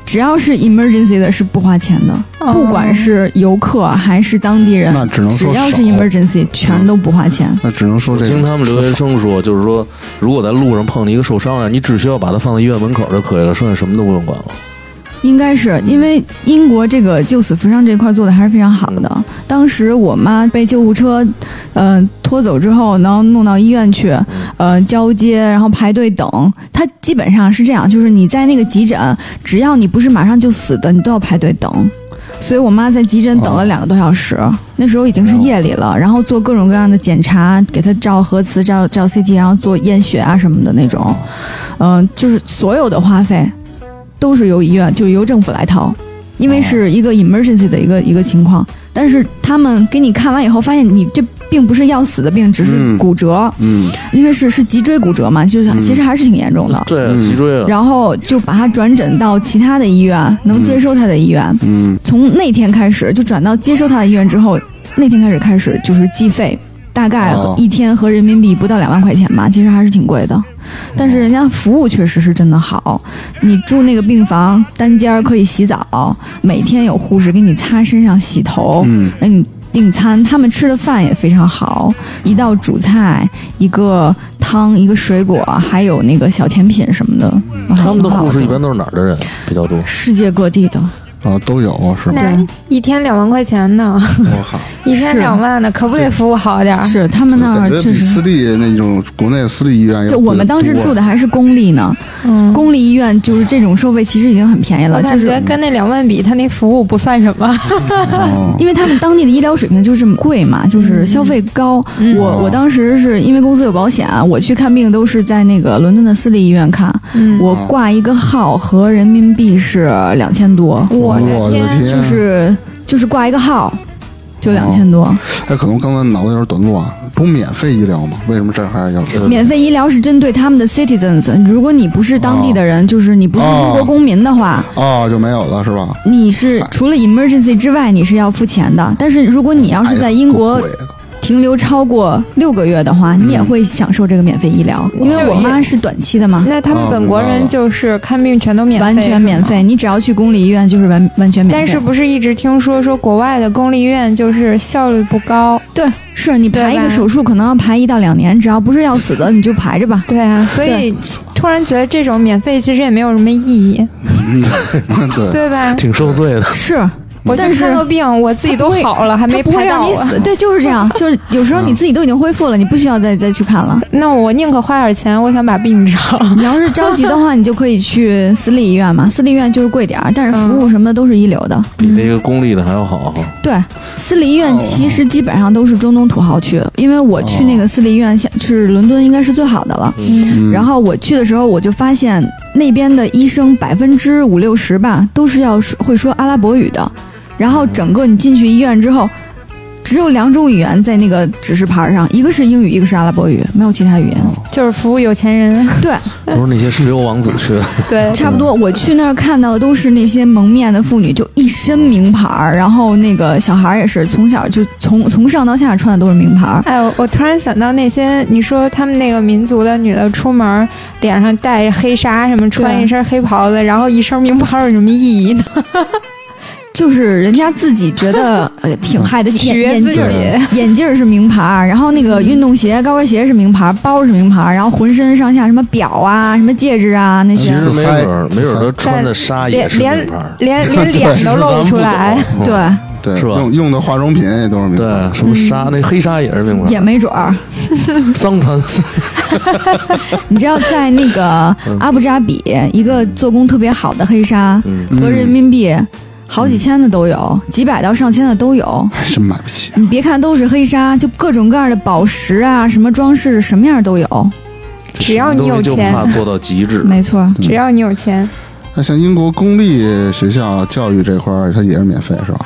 Speaker 1: 只要是 emergency 的是不花钱的，
Speaker 4: 哦
Speaker 1: 不管是游客啊还是当地人，
Speaker 2: 那只能
Speaker 1: 只
Speaker 2: 说
Speaker 1: 要
Speaker 2: 少
Speaker 1: 是 emergency 全都不花钱。
Speaker 2: 那只能说这
Speaker 3: 我
Speaker 2: 个。
Speaker 3: 听他们留学生说，就是说，如果在路上碰见一个受伤的，你只需要把他放在医院门口就可以了，剩下什么都不用管了。
Speaker 1: 应该是因为英国这个救死扶伤这块做的还是非常好的。当时我妈被救护车，呃，拖走之后，然后弄到医院去，呃，交接，然后排队等。它基本上是这样，就是你在那个急诊，只要你不是马上就死的，你都要排队等。所以我妈在急诊等了两个多小时，那时候已经是夜里了，然后做各种各样的检查，给她照核磁、照照 CT，然后做验血啊什么的那种。嗯、就是所有的花费都是由医院，就是由政府来掏，因为是一个 emergency 的一个一个情况。但是他们给你看完以后，发现你这并不是要死的病，只是
Speaker 2: 嗯
Speaker 1: 骨折，
Speaker 2: 嗯，
Speaker 1: 因为是是脊椎骨折嘛，就是其实还是挺严重的。
Speaker 3: 对，
Speaker 2: 嗯
Speaker 3: 脊椎啊，
Speaker 1: 然后就把他转诊到其他的医院，能接收他的医院。
Speaker 2: 嗯，
Speaker 1: 从那天开始就转到接收他的医院之后，那天开始开始就是计费，大概
Speaker 2: 哦
Speaker 1: 一天合人民币不到两万块钱吧，其实还是挺贵的。但是人家服务确实是真的好，你住那个病房单间儿可以洗澡，每天有护士给你擦身上、洗头，
Speaker 2: 嗯，
Speaker 1: 给你订餐，他们吃的饭也非常好，一道主菜，一个汤，一个水果，还有那个小甜品什么的。
Speaker 3: 他们
Speaker 1: 还
Speaker 3: 的
Speaker 1: 挺好
Speaker 3: 护士一般都是哪儿的人啊比较多？
Speaker 1: 世界各地的，
Speaker 2: 啊，都有是吧？
Speaker 4: 那
Speaker 1: 对
Speaker 4: 一天两万块钱呢，
Speaker 2: 我靠，
Speaker 4: 一天两万呢，可不得服务好点儿？
Speaker 1: 是他们那
Speaker 2: 感
Speaker 1: 儿
Speaker 2: 觉
Speaker 1: 确
Speaker 2: 比
Speaker 1: 实
Speaker 2: 私。立那种国内私立医院要
Speaker 1: 就我们当时
Speaker 2: 多啊
Speaker 1: 住的还是公立呢，
Speaker 4: 嗯，
Speaker 1: 公立医院就是这种收费其实已经很便宜
Speaker 4: 我
Speaker 1: 了，就
Speaker 4: 感觉
Speaker 1: 是
Speaker 4: 跟那两万比，他那服务不算什么。
Speaker 2: 哦
Speaker 1: 因为他们当地的医疗水平就是这么贵嘛，就是消费高。
Speaker 4: 嗯
Speaker 1: 我我当时是因为公司有保险，啊我去看病都是在那个伦敦的私立医院看，
Speaker 4: 嗯，
Speaker 1: 我挂一个号合人民币是两千多，
Speaker 4: 我
Speaker 2: 哦
Speaker 1: 啊
Speaker 2: 我的
Speaker 4: 的
Speaker 2: 天
Speaker 1: 就是就是挂一个号就
Speaker 2: 哦
Speaker 1: 两千多。
Speaker 2: 哎，可能刚才脑子有点短路啊，不是免费医疗吗？为什么这儿还要？
Speaker 3: 呃
Speaker 1: 免费医疗是针对他们的 citizens，如果你不是当地的人，就是你不是英国公民的话，
Speaker 4: 啊
Speaker 2: 哦，就没有了是吧？
Speaker 1: 你是除了 emergency 之外，你是要付钱的。但是如果你要是在英国
Speaker 2: 哎够贵的
Speaker 1: 停留超过六个月的话，
Speaker 4: 嗯
Speaker 1: 你也会享受这个免费医疗，因为我妈是短期的嘛，
Speaker 4: 那他们本国人就是看病全都免费，
Speaker 1: 完全免
Speaker 4: 是吗。
Speaker 1: 费，你只要去公立医院就是完完全免费。
Speaker 4: 但是不是一直听说说国外的公立医院就是效率不高？
Speaker 1: 对，是你
Speaker 4: 对吧
Speaker 1: 排一个手术可能要排一到两年，只要不是要死的你就排着吧。
Speaker 4: 对啊，所以突然觉得这种免费其实也没有什么意义，
Speaker 2: 嗯，对，
Speaker 4: 对吧？
Speaker 3: 挺受罪的。
Speaker 1: 是，
Speaker 4: 我
Speaker 1: 但
Speaker 4: 去
Speaker 1: 是
Speaker 4: 看个病，我自己都好了，还
Speaker 1: 它
Speaker 4: 没
Speaker 1: 不会
Speaker 4: 拍
Speaker 1: 让
Speaker 4: 到啊
Speaker 1: 你
Speaker 4: 我。
Speaker 1: 死，对，就是这样，就是有时候你自己都已经恢复了，你不需要再再去看了。
Speaker 4: 那我宁可花点钱，我想把病治好。
Speaker 1: 你要是着急的话，你就可以去私立医院嘛，私立医院就是贵点儿，但是服
Speaker 4: 嗯
Speaker 1: 务什么的都是一流的。
Speaker 3: 比那个公立的还要好。
Speaker 1: 对，私立医
Speaker 4: 哦
Speaker 1: 院其实基本上都是中东土豪区，因为我去那个私立医院，像是伦敦应该是最好的了。
Speaker 4: 嗯，
Speaker 2: 嗯
Speaker 1: 然后我去的时候，我就发现那边的医生百分之五六十吧，都是要说会说阿拉伯语的。然后整个你进去医院之后，只有两种语言在那个指示牌上，一个是英语，一个是阿拉伯语，没有其他语言。
Speaker 4: 就是服务有钱人，
Speaker 1: 对，
Speaker 3: 都是那些石油王子 去的，
Speaker 4: 对，
Speaker 1: 差不多。我去那儿看到的都是那些蒙面的妇女，就一身名牌儿，然后那个小孩儿也是从小就从从上到下穿的都是名牌儿。
Speaker 4: 哎，我我突然想到那些你说他们那个民族的女的出门，脸上带着黑纱什么，穿一身黑袍子，然后一身名牌有什么意义呢？
Speaker 1: 就是人家自己觉得呃挺嗨的，眼
Speaker 4: 取悦
Speaker 1: 眼
Speaker 4: 自
Speaker 1: 镜儿
Speaker 4: 己，
Speaker 1: 眼镜儿是名牌儿，然后那个运动鞋、高跟鞋是名牌儿，包是名牌儿，然后浑身上下什么表啊、什么戒指啊那
Speaker 3: 其
Speaker 1: 些，
Speaker 3: 实
Speaker 2: 自
Speaker 3: 没
Speaker 2: 嗨
Speaker 3: 准儿
Speaker 2: 自
Speaker 3: 没准儿
Speaker 2: 嗨
Speaker 3: 他穿的纱也
Speaker 4: 连
Speaker 3: 是
Speaker 4: 连
Speaker 3: 名牌儿，
Speaker 4: 连连脸都露出来，
Speaker 3: 是不是咱不懂。
Speaker 1: 对，
Speaker 2: 嗯对，
Speaker 3: 是吧
Speaker 2: 用用的化妆品也都是名牌
Speaker 3: 对，啊什么纱？那黑纱也是名牌
Speaker 1: 也
Speaker 3: 儿，
Speaker 1: 没准儿。
Speaker 3: 桑蚕丝。
Speaker 1: 你知道在那 个阿布扎比，一个做工特别好的黑纱
Speaker 3: 嗯
Speaker 1: 和人民币好几千的都有，几百到上千的都有。
Speaker 2: 还哎真买不起。
Speaker 1: 你别看都是黑纱，就各种各样的宝石啊，什么装饰，什么样都有。
Speaker 4: 只要你有
Speaker 3: 什么东西就
Speaker 4: 钱
Speaker 3: 怕做到极致。
Speaker 1: 没错，
Speaker 4: 只要你有钱，
Speaker 2: 嗯那像英国公立学校教育这块儿，它也是免费是吧？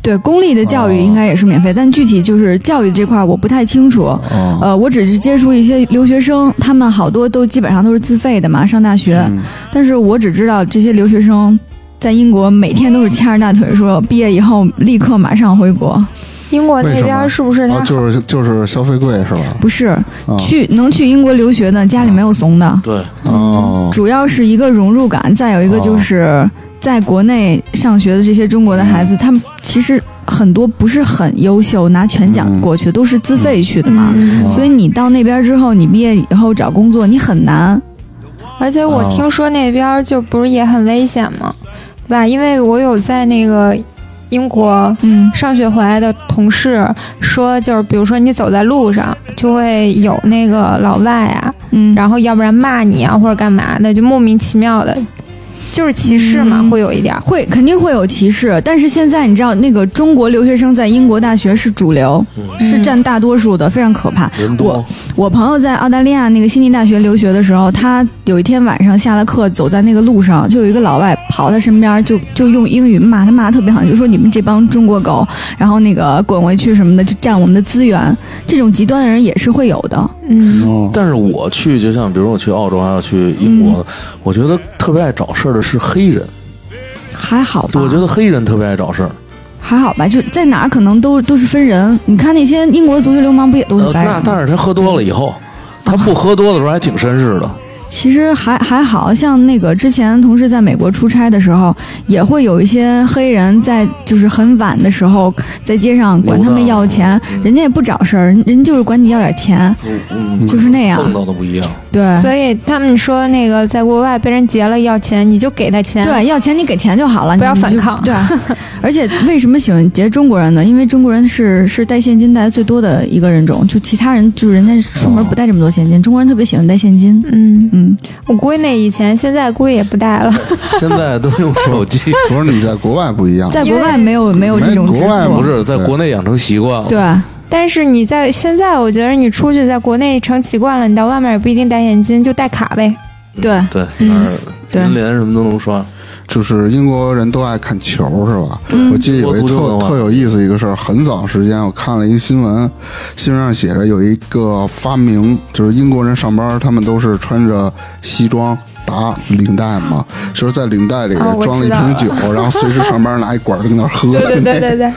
Speaker 1: 对公立的教
Speaker 3: 哦
Speaker 1: 育应该也是免费，但具体就是教育这块儿我不太清楚。
Speaker 2: 哦，
Speaker 1: 呃，我只是接触一些留学生，他们好多都基本上都是自费的嘛，上大学。
Speaker 2: 嗯
Speaker 1: 但是我只知道这些留学生在英国每天都是掐着大腿说，毕业以后立刻马上回国。
Speaker 4: 英国那
Speaker 2: 为什么
Speaker 4: 边是不是
Speaker 2: 哦
Speaker 4: 他，
Speaker 2: 就是就是消费贵是吧？
Speaker 1: 不是，
Speaker 2: 啊
Speaker 1: 去能去英国留学的家里没有怂的，
Speaker 3: 对，
Speaker 2: 哦，
Speaker 1: 主要是一个融入感，再有一个就是在国内上学的这些中国的孩子，他们其实很多不是很优秀，拿全奖
Speaker 2: 嗯
Speaker 1: 过去、都是自费去的嘛。
Speaker 4: 嗯
Speaker 2: 哦
Speaker 1: 所以你到那边之后，你毕业以后找工作你很难。
Speaker 4: 而且我
Speaker 2: 哦
Speaker 4: 听说那边就不是也很危险吗？对吧？因为我有在那个英国
Speaker 1: 嗯，
Speaker 4: 上学回来的同事说，就是比如说你走在路上，就会有那个老外啊，
Speaker 1: 嗯，
Speaker 4: 然后要不然骂你啊或者干嘛的，就莫名其妙的，就是歧视嘛，
Speaker 1: 嗯
Speaker 4: 会有一点儿。
Speaker 1: 会肯定会有歧视，但是现在你知道，那个中国留学生在英国大学是主流，
Speaker 3: 嗯
Speaker 1: 是占大多数的，非常可怕。
Speaker 3: 人多
Speaker 1: 我我朋友在澳大利亚那个悉尼大学留学的时候，他有一天晚上下了课，走在那个路上，就有一个老外跑他身边，就就用英语骂他，骂得特别狠，就说你们这帮中国狗，然后那个滚回去什么的，就占我们的资源。这种极端的人也是会有的。
Speaker 4: 嗯，
Speaker 2: 哦
Speaker 3: 但是我去，就像比如我去澳洲，还有去英国，我觉得特别爱找事儿的是黑人。
Speaker 1: 还好吧？
Speaker 3: 我觉得黑人特别爱找事儿。
Speaker 1: 还好吧，就是在哪儿可能都都是分人。你看那些英国足球流氓不也都
Speaker 3: 呃
Speaker 1: 是，白人
Speaker 3: 那
Speaker 1: 吗？
Speaker 3: 但是他喝多了以后，他不喝多的时候还挺绅士的。
Speaker 1: 其实还还好像那个之前同事在美国出差的时候，也会有一些黑人在就是很晚的时候在街上管他们要钱，人家也不找事儿，人人就是管你要点钱，
Speaker 3: 嗯，
Speaker 1: 就是那样
Speaker 3: 碰。到的不一样。
Speaker 1: 对
Speaker 4: 所以他们说那个在国外被人劫了要钱，你就给他钱。，
Speaker 1: 对，要钱你给钱就好了，
Speaker 4: 啊不要
Speaker 1: 你
Speaker 4: 反
Speaker 1: 你就
Speaker 4: 抗
Speaker 1: 对，而且为什么喜欢劫中国人呢？因为中国人是是带现金带的最多的一个人种，就其他人就是人家出门不带这么多现金，中国人特别喜欢带现金。
Speaker 4: 嗯，
Speaker 1: 嗯，
Speaker 4: 我估计那以前现在估计也不带了。
Speaker 3: 现在都用手机，
Speaker 2: 不是你在国外不一样，
Speaker 1: 在
Speaker 4: 因
Speaker 1: 国
Speaker 4: 为
Speaker 1: 外没有没有这种
Speaker 2: 国
Speaker 1: 支付，
Speaker 2: 外
Speaker 3: 不是在国内养成习惯了。
Speaker 1: 对，
Speaker 4: 但是你在现在，我觉得你出去在国内成习惯了，你到外面也不一定带现金，就带卡呗。
Speaker 1: 对
Speaker 3: 嗯对，那儿
Speaker 1: 对
Speaker 3: 银联什么都能刷。
Speaker 2: 就是英国人都爱看球是吧？
Speaker 1: 嗯
Speaker 2: 我记得有一
Speaker 3: 英国足球
Speaker 2: 特
Speaker 3: 文化
Speaker 2: 特有意思一个事儿，很早时间我看了一个新闻，新闻上写着有一个发明，就是英国人上班他们都是穿着西装。打领带嘛，
Speaker 1: 嗯
Speaker 2: 就是在领带里
Speaker 4: 哦我知
Speaker 2: 装了一
Speaker 4: 道
Speaker 2: 瓶
Speaker 4: 了
Speaker 2: 酒， 然后随时上班拿一管儿跟那儿喝。
Speaker 4: 对对对对对，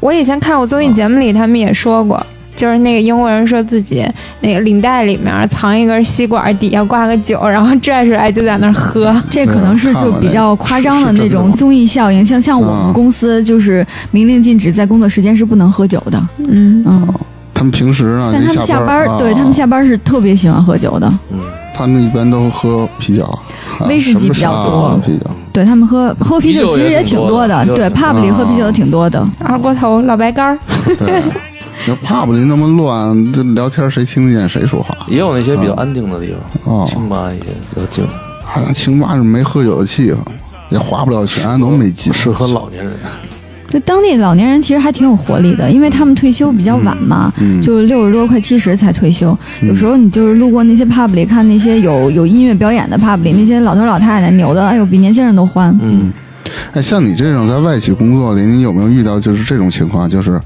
Speaker 4: 我以前看过综艺节目里，他们也说过，就是那个英国人说自己那个领带里面藏一根吸管，底下挂个酒，然后拽出来就在那儿喝。
Speaker 1: 这可能
Speaker 2: 嗯
Speaker 1: 是就比较夸张的那种综艺效应，像像我们公司就是明令禁止在工作时间是不能喝酒的，
Speaker 4: 嗯，
Speaker 2: 哦
Speaker 1: 嗯，
Speaker 2: 他们平时呢，
Speaker 1: 但他
Speaker 2: 一
Speaker 1: 们下
Speaker 2: 班
Speaker 1: 班
Speaker 2: 儿
Speaker 1: 儿，对他们，
Speaker 2: 啊嗯
Speaker 1: 下班儿是特别喜欢喝酒的，
Speaker 2: 他们一般都喝啤酒，啊
Speaker 1: 威士忌
Speaker 2: 什么
Speaker 1: 比较
Speaker 2: 沙
Speaker 1: 多
Speaker 2: 啊啤酒。
Speaker 1: 对他们喝喝啤酒
Speaker 3: 啤酒
Speaker 1: 其实
Speaker 3: 也
Speaker 1: 也
Speaker 3: 挺
Speaker 1: 挺
Speaker 3: 多的啊
Speaker 1: 的，
Speaker 3: 啤酒
Speaker 1: 对
Speaker 3: 也挺
Speaker 1: pub 里喝啤酒的挺多的，
Speaker 4: 二锅头、老白干儿，
Speaker 2: 对，那帕布里那么乱，这聊天谁听见谁说话？
Speaker 3: 也有那些比较安静的地方，
Speaker 2: 哦
Speaker 3: 清吧一些比较静，
Speaker 2: 好像清吧啊是没喝酒的气氛，也花不了钱，都没劲。
Speaker 3: 适合老年人。
Speaker 1: 对当地老年人其实还挺有活力的，因为他们退休比较晚嘛，
Speaker 2: 嗯
Speaker 1: 就六十多快七十才退休。有时候你就是路过那些 pub 里，看那些有有音乐表演的 pub 里，那些老头老太太扭的，哎呦，比年轻人都欢。
Speaker 3: 嗯，
Speaker 2: 哎，像你这种在外企工作里，你有没有遇到就是这种情况？就是，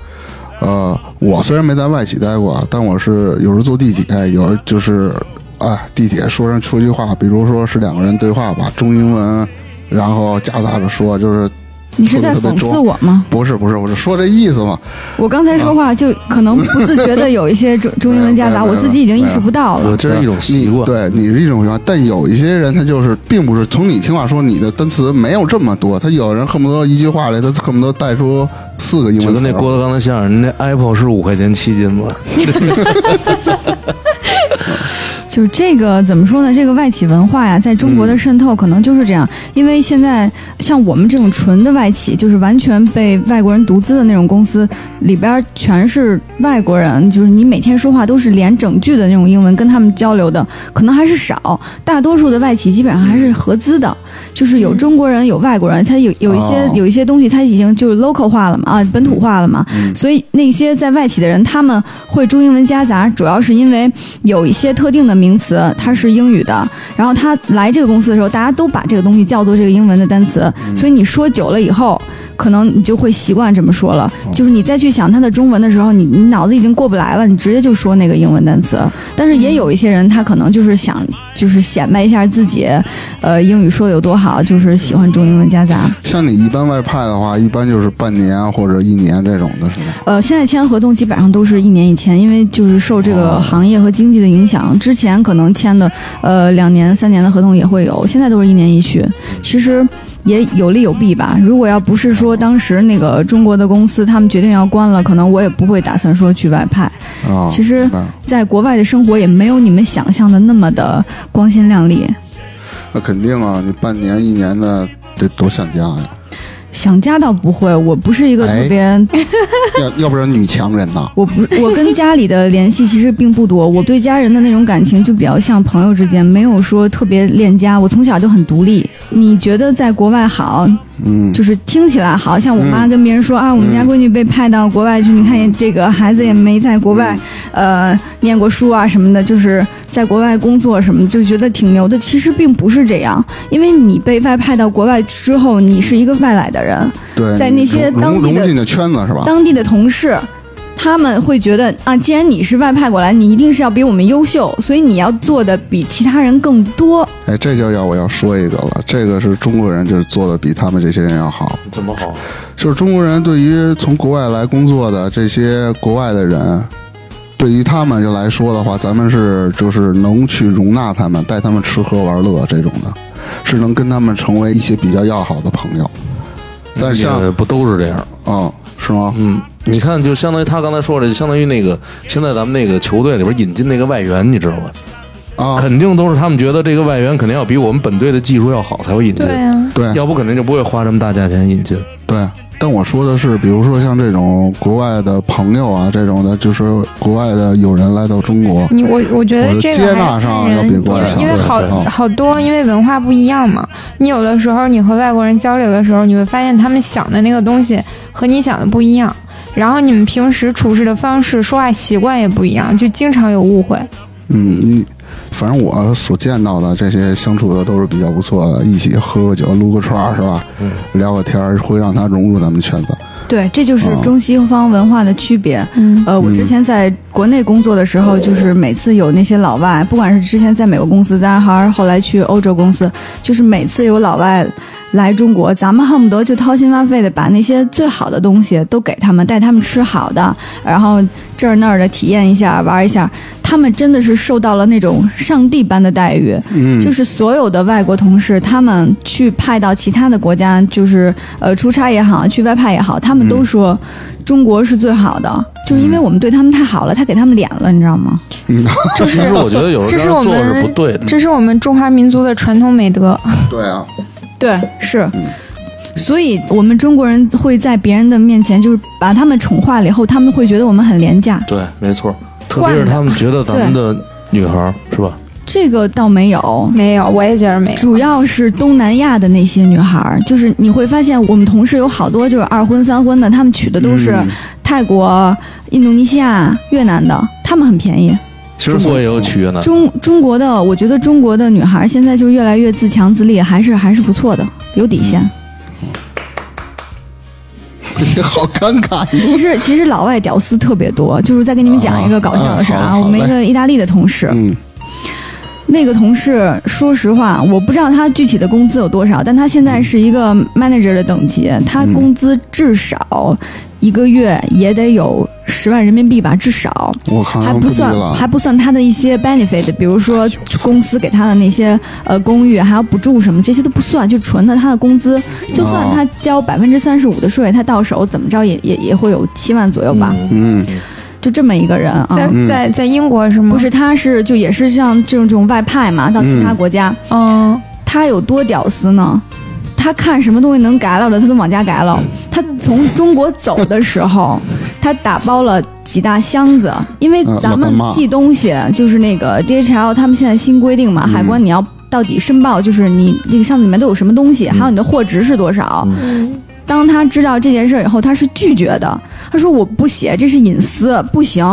Speaker 2: 呃，我虽然没在外企待过，啊，但我是有时候坐地铁，有时候就是，哎，地铁说上说句话，比如说是两个人对话吧，中英文，然后夹杂着说，就是
Speaker 1: 你是在
Speaker 2: 特
Speaker 1: 讽
Speaker 2: 别特别
Speaker 1: 刺
Speaker 2: 装
Speaker 1: 我吗？
Speaker 2: 不是不是，我是说这意思嘛。
Speaker 1: 我刚才说话就可能不自觉的有一些中中英文夹杂，
Speaker 2: 没有没有
Speaker 1: 我自己已经意识不到
Speaker 3: 我
Speaker 1: 了。
Speaker 3: 这是一种习
Speaker 2: 你
Speaker 3: 惯。
Speaker 2: 对你是一种习惯，但有一些人他就是并不是从你听话说你的单词没有这么多，他有人恨不得一句话里他恨不得带出四个英
Speaker 3: 就
Speaker 2: 文
Speaker 3: 跟
Speaker 2: 词
Speaker 3: 那
Speaker 2: 儿。
Speaker 3: 郭德纲的相声，那 Apple 是五块钱七斤吧？
Speaker 1: 就这个怎么说呢？这个外企文化呀，在中国的渗透可能就是这样，因为现在像我们这种纯的外企，就是完全被外国人独资的那种公司，里边儿全是外国人，就是你每天说话都是连整句的那种英文，跟他们交流的可能还是少，大多数的外企基本上还是合资的，就是有中国人有外国人，它有有一些、
Speaker 2: 哦
Speaker 1: 有一些东西它已经就是 local 化了嘛，啊，本土化了嘛，所以那些在外企的人，他们会中英文夹杂，主要是因为有一些特定的名词它是英语的，然后他来这个公司的时候，大家都把这个东西叫做这个英文的单词，所以你说久了以后，可能你就会习惯这么说了。就是你再去想它的中文的时候，你你脑子已经过不来了，你直接就说那个英文单词。但是也有一些人，他可能就是想就是显摆一下自己，呃，英语说的有多好，就是喜欢中英文夹杂。
Speaker 2: 像你一般外派的话，一般就是半年或者一年这种的，是吗？
Speaker 1: 呃，现在签合同基本上都是一年以前，因为就是受这个行业和经济的影响，之前可能签的呃两年、三年的合同也会有，现在都是一年一续。其实也有利有弊吧。如果要不是说当时那个中国的公司他们决定要关了，可能我也不会打算说去外派。
Speaker 2: 啊、
Speaker 1: 其实
Speaker 2: 明白
Speaker 1: 在国外的生活也没有你们想象的那么的光鲜亮丽。
Speaker 2: 那肯定啊，你半年一年的得多想 家呀，
Speaker 1: 想家倒不会，我不是一个
Speaker 2: 哎
Speaker 1: 特别、
Speaker 2: 要要不然女强人呐。
Speaker 1: 我不，我跟家里的联系其实并不多，我对家人的那种感情就比较像朋友之间，没有说特别恋家。我从小就很独立。你觉得在国外好，
Speaker 2: 嗯，
Speaker 1: 就是听起来好像我妈跟别人说、啊，我们家闺女被派到国外去，你看这个孩子也没在国外、呃念过书啊什么的，就是在国外工作什么的，就觉得挺牛的。其实并不是这样，因为你被外派到国外之后，你是一个外来的人，
Speaker 2: 对，
Speaker 1: 在那些
Speaker 2: 融
Speaker 1: 当地
Speaker 2: 融
Speaker 1: 的
Speaker 2: 融进的圈子是吧？
Speaker 1: 当地的同事，他们会觉得啊，既然你是外派过来，你一定是要比我们优秀，所以你要做的比其他人更多。
Speaker 2: 哎，这就要我要说一个了，这个是中国人就是做的比他们这些人要好。
Speaker 3: 嗯怎么好？啊
Speaker 2: 就是中国人对于从国外来工作的这些国外的人，对于他们就来说的话，咱们是就是能去容纳他们，带他们吃喝玩乐这种的，是能跟他们成为一些比较要好的朋友。但是像
Speaker 3: 嗯也不都是这样？
Speaker 2: 哦，是吗？
Speaker 3: 嗯，你看，就相当于他刚才说的，就相当于那个现在咱们那个球队里边引进那个外援，你知道吧？
Speaker 2: 啊，
Speaker 3: 肯定都是他们觉得这个外援肯定要比我们本队的技术要好才会引进
Speaker 4: 对，呀，
Speaker 1: 啊
Speaker 2: 对啊
Speaker 3: 要不肯定就不会花这么大价钱引进。
Speaker 2: 对。但我说的是，比如说像这种国外的朋友啊，这种的，就是国外的友人来到中国，
Speaker 4: 你我我觉
Speaker 2: 我
Speaker 4: 得
Speaker 2: 的
Speaker 4: 这
Speaker 2: 接
Speaker 4: 个
Speaker 2: 纳
Speaker 4: 还是
Speaker 2: 上
Speaker 4: 看
Speaker 2: 要比
Speaker 4: 人，
Speaker 2: 国
Speaker 3: 外强
Speaker 4: 因为
Speaker 3: 对
Speaker 4: 好
Speaker 3: 对
Speaker 4: 好多，因为文化不一样嘛。你有的时候你和外国人交流的时候，你会发现他们想的那个东西和你想的不一样，然后你们平时处事的方式、说话习惯也不一样，就经常有误会。
Speaker 2: 嗯，你反正我所见到的这些相处的都是比较不错的，一起喝个酒、撸个串儿是吧？
Speaker 3: 嗯
Speaker 2: 聊个天儿会让他融入咱们圈子。
Speaker 1: 对，这就是中西方文化的区别。
Speaker 4: 嗯
Speaker 1: 呃，我
Speaker 2: 嗯
Speaker 1: 之前在国内工作的时候，就是每次有那些老外，不管是之前在美国公司，但还是后来去欧洲公司，就是每次有老外来中国，咱们恨不得就掏心挖肺的把那些最好的东西都给他们，带他们吃好的，然后这儿那儿的体验一下，玩一下。他们真的是受到了那种上帝般的待遇，
Speaker 2: 嗯，
Speaker 1: 就是所有的外国同事，他们去派到其他的国家，就是呃出差也好，去外派也好，他们都说中国是最好的，就是因为我们对他们太好了，他给他们脸了，你知道吗？
Speaker 3: 其
Speaker 1: 啊
Speaker 3: 实我觉得有
Speaker 4: 这
Speaker 3: 时
Speaker 4: 是我
Speaker 3: 候
Speaker 4: 们
Speaker 3: 这样做是不对的。
Speaker 4: 这是我们中华民族的传统美德。
Speaker 2: 对啊，
Speaker 1: 对，是
Speaker 2: 嗯。
Speaker 1: 所以，我们中国人会在别人的面前，就是把他们宠坏了以后，他们会觉得我们很廉价。
Speaker 3: 对，没错，特别是
Speaker 1: 惯的
Speaker 3: 他们觉得咱们的女孩儿是吧？
Speaker 1: 这个倒没有，
Speaker 4: 没有，我也觉得没有。
Speaker 1: 主要是东南亚的那些女孩儿，就是你会发现，我们同事有好多就是二婚三婚的，他们娶的都是
Speaker 2: 嗯
Speaker 1: 泰国、印度尼西亚、越南的，他们很便宜。
Speaker 3: 其实我也有取悦男，
Speaker 1: 中中国的，我觉得中国的女孩现在就越来越自强自立，还是还是不错的，有底线。
Speaker 2: 这好尴尬。
Speaker 1: 其 实其实老外屌丝特别多，就是再给你们讲一个搞笑的事儿
Speaker 2: 啊
Speaker 1: 啊，
Speaker 2: 好嘞
Speaker 1: 我们一个意大利的同事，
Speaker 2: 嗯，
Speaker 1: 那个同事，说实话，我不知道他具体的工资有多少，但他现在是一个 manager 的等级，他工资至少一个月也得有十万人民币吧，至少。
Speaker 2: 我靠，
Speaker 1: 还
Speaker 2: 不
Speaker 1: 不
Speaker 2: 低
Speaker 1: 算
Speaker 2: 了，
Speaker 1: 还不算他的一些 benefit，比如说公司给他的那些呃公寓，还有补助什么，这些都不算，就纯的他的工资。就
Speaker 2: 哦
Speaker 1: 算他交百分之三十五的税，他到手怎么着也也也会有七万左右吧，
Speaker 3: 嗯
Speaker 2: 嗯，
Speaker 1: 就这么一个人啊。
Speaker 4: 在
Speaker 2: 嗯
Speaker 4: 在在英国是吗？
Speaker 1: 不，是，他是就也是像这种这种外派嘛，到其他
Speaker 2: 嗯
Speaker 1: 国家，
Speaker 4: 嗯，
Speaker 1: 他有多屌丝呢？他看什么东西能改了的，他都往家改了。他从中国走的时 候，他打包了几大箱子，因为
Speaker 2: 嗯
Speaker 1: 咱
Speaker 2: 我的
Speaker 1: 们
Speaker 2: 妈
Speaker 1: 寄东西就是那个 DHL 他们现在新规定
Speaker 2: 嗯
Speaker 1: 嘛，海关你要到底申报，就是你这个箱子里面都有什么东
Speaker 2: 嗯
Speaker 1: 西，还有你的货值是多少。当他知道这件事以后，他是拒绝的。他说我不写，这是隐私，不行。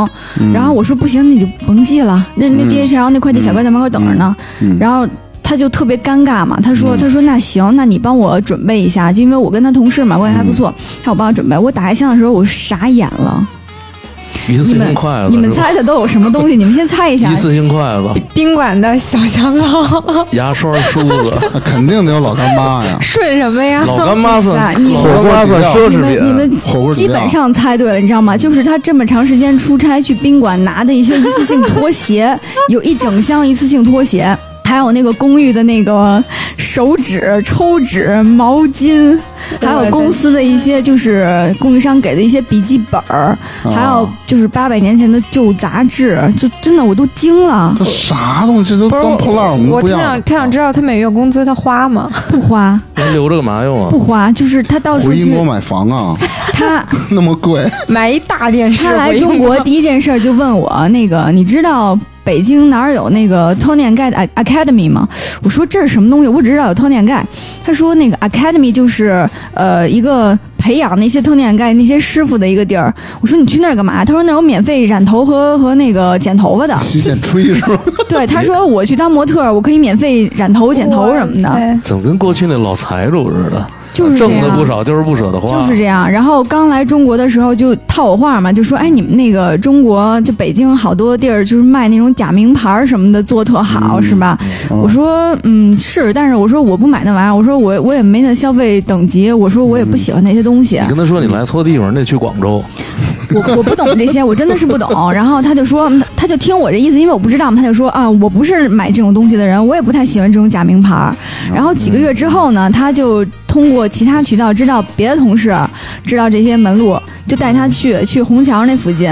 Speaker 1: 然后我说不行，你就甭寄了。那那
Speaker 2: 嗯
Speaker 1: DHL 那快递小哥在门口等着呢。
Speaker 2: 嗯
Speaker 1: 然后他就特别尴尬嘛，他说：“他说那行，那你帮我准备一下，就因为我跟他同事嘛，关系还不错，他我帮我准备。我打开箱的时候，我傻眼了，
Speaker 3: 一次
Speaker 1: 你
Speaker 3: 性
Speaker 1: 们
Speaker 3: 筷子，
Speaker 1: 你们
Speaker 3: 是吧
Speaker 1: 猜猜都有什么东西？你们先猜一下
Speaker 3: 一。次性筷子、
Speaker 4: 宾馆的小香 皂，
Speaker 3: 牙刷、梳 子，
Speaker 2: 那肯定得有老干妈呀
Speaker 4: 顺什么呀？
Speaker 3: 老干妈算
Speaker 1: 你
Speaker 3: 老干妈算奢
Speaker 1: 你
Speaker 3: 侈
Speaker 1: 们你
Speaker 3: 品。
Speaker 1: 们
Speaker 2: 火锅底
Speaker 1: 基
Speaker 2: 料
Speaker 3: 啊
Speaker 1: 本上猜对了，你知道
Speaker 3: 嗯
Speaker 1: 吗？就是他这么长时间出差去宾馆拿的一些一次性拖 鞋，有一整箱一次性拖鞋，还有那个公寓的那个手指、抽纸、毛巾，还有公司的一些就是供应商给的一些笔记本儿，还
Speaker 3: 啊
Speaker 1: 有就是八百年前的旧杂志，就真的我都惊了，
Speaker 2: 这啥东西？这都
Speaker 4: 不是
Speaker 2: 当破烂儿，们
Speaker 4: 我
Speaker 2: 不
Speaker 4: 挺
Speaker 2: 要。
Speaker 4: 想挺想知道他每月工资他花吗？
Speaker 1: 不花
Speaker 3: 那留着干嘛用啊
Speaker 1: 不？花，就是他到处
Speaker 2: 回英
Speaker 1: 去
Speaker 2: 国，买房啊，
Speaker 1: 他
Speaker 2: 那么贵，。
Speaker 4: 买一大电 视。
Speaker 1: 他来中国第一件事儿就问我那个，你知道北京哪儿有那个 Tony and Guy Academy 吗？我说这是什么东西？我只知道有 Tony and Guy。他说那个 Academy 就是呃一个培养那些 Tony and Guy 那些师傅的一个地儿。我说你去那儿干嘛？他说那儿有免费染头和和那个剪头发的
Speaker 2: 洗剪吹是吧？
Speaker 1: 对，他说我去当模特儿，我可以免费染头、剪头什么的。
Speaker 4: 的。
Speaker 3: 怎么跟过去那老财主似的？
Speaker 1: 就是这
Speaker 3: 挣的
Speaker 1: 样
Speaker 3: 不少，就是不舍得花。
Speaker 1: 就是这样。然后刚来中国的时候就套我话嘛，就说哎，你们那个中国就北京好多地儿就是卖那种假名牌儿什么的，做特好、是吧？我说嗯是，但是我说我不买那玩意儿，我说我我也没那消费等级，我说我也不喜欢那些东西。
Speaker 3: 你跟他说你来错地方，你得去广州。
Speaker 1: 我我不懂这些，我真的是不懂。 然后他就说，嗯他就听我这意思，因为我不知道嘛，他就说啊，我不是买这种东西的人，我也不太喜欢这种假名牌儿。
Speaker 3: 嗯
Speaker 1: 然后几个月之后呢，他就通过其他渠道知道别的同事知道这些门路，就带他
Speaker 3: 嗯
Speaker 1: 去去虹桥那附近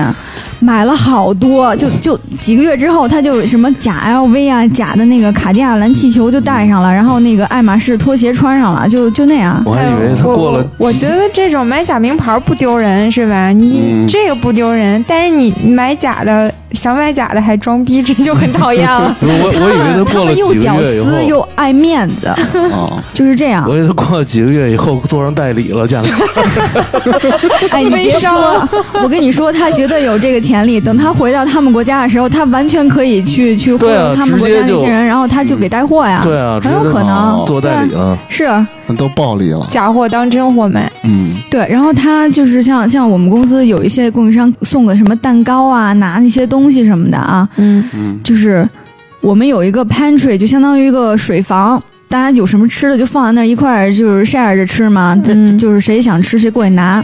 Speaker 1: 买了好多，就就几个月之后，他就什么假 LV 啊，假的那个卡地亚蓝气球就戴上了，然后那个爱马仕拖鞋穿上了，就就那样。
Speaker 3: 我还以为他
Speaker 4: 我
Speaker 1: 哎
Speaker 3: 过了
Speaker 4: 哎
Speaker 3: 嗯。
Speaker 4: 我我觉得这种买假名牌不丢人是吧？你、这个不丢人，但是你买假的想买假的还装逼，这就很讨 厌了
Speaker 3: 我我我以为他
Speaker 1: 他
Speaker 3: 过了
Speaker 1: 们又
Speaker 3: 几个
Speaker 1: 屌
Speaker 3: 月以
Speaker 1: 丝又
Speaker 3: 后，
Speaker 1: 爱面子，
Speaker 2: 啊，
Speaker 1: 就是这样
Speaker 3: 我。以为他过了几个月以后做上代理了， 家里
Speaker 1: 啊哎，你
Speaker 4: 微
Speaker 1: 别
Speaker 4: 商
Speaker 1: 说，我跟你说，他绝对有这个潜力。等他回到他们国家的时候，他完全可以去去忽
Speaker 3: 对啊
Speaker 1: 悠他们国家那
Speaker 3: 直接就
Speaker 1: 些人，然后他就给带货呀。
Speaker 3: 对啊，
Speaker 1: 很有
Speaker 3: 直接
Speaker 1: 可能啊
Speaker 3: 哦做代理了。
Speaker 1: 是
Speaker 2: 那都暴利了，
Speaker 4: 假货当真货卖，
Speaker 2: 嗯，
Speaker 1: 对。然后他就是像像我们公司有一些供应商送个什么蛋糕啊，拿那些东西什么的啊，
Speaker 4: 嗯，
Speaker 1: 就是我们有一个 pantry，就相当于一个水房。大家有什么吃的就放在那儿一块儿，就是 share 着吃嘛。这、
Speaker 4: 嗯
Speaker 1: 就是谁想吃谁过去拿。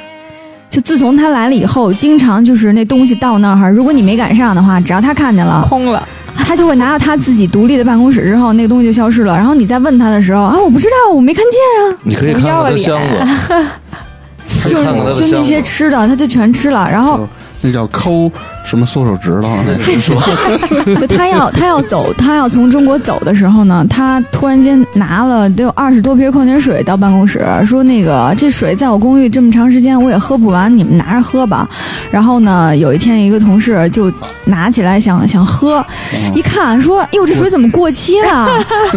Speaker 1: 就自从他来了以后，经常就是那东西到那儿，如果你没赶上的话，只要他看见 了，
Speaker 4: 空了，
Speaker 1: 他就会拿到他自己独立的办公室之后，那个东西就消失了。然后你再问他的时候啊，我不知道，我没看见，
Speaker 3: 你可以看看他箱子，可以
Speaker 1: 就是
Speaker 3: 看看他的
Speaker 1: 就那
Speaker 3: 箱子
Speaker 1: 些吃的，他就全吃了。然后
Speaker 2: 那叫抠什么缩手指头，啊那是
Speaker 3: 说
Speaker 1: 就他要他要走，他要从中国走的时候呢，他突然间拿了得有二十多瓶矿泉水到办公室，说那个这水在我公寓这么长时间我也喝不完，你们拿着喝吧。然后呢，有一天一个同事就拿起来想想喝，一看说哟这水怎么过期了？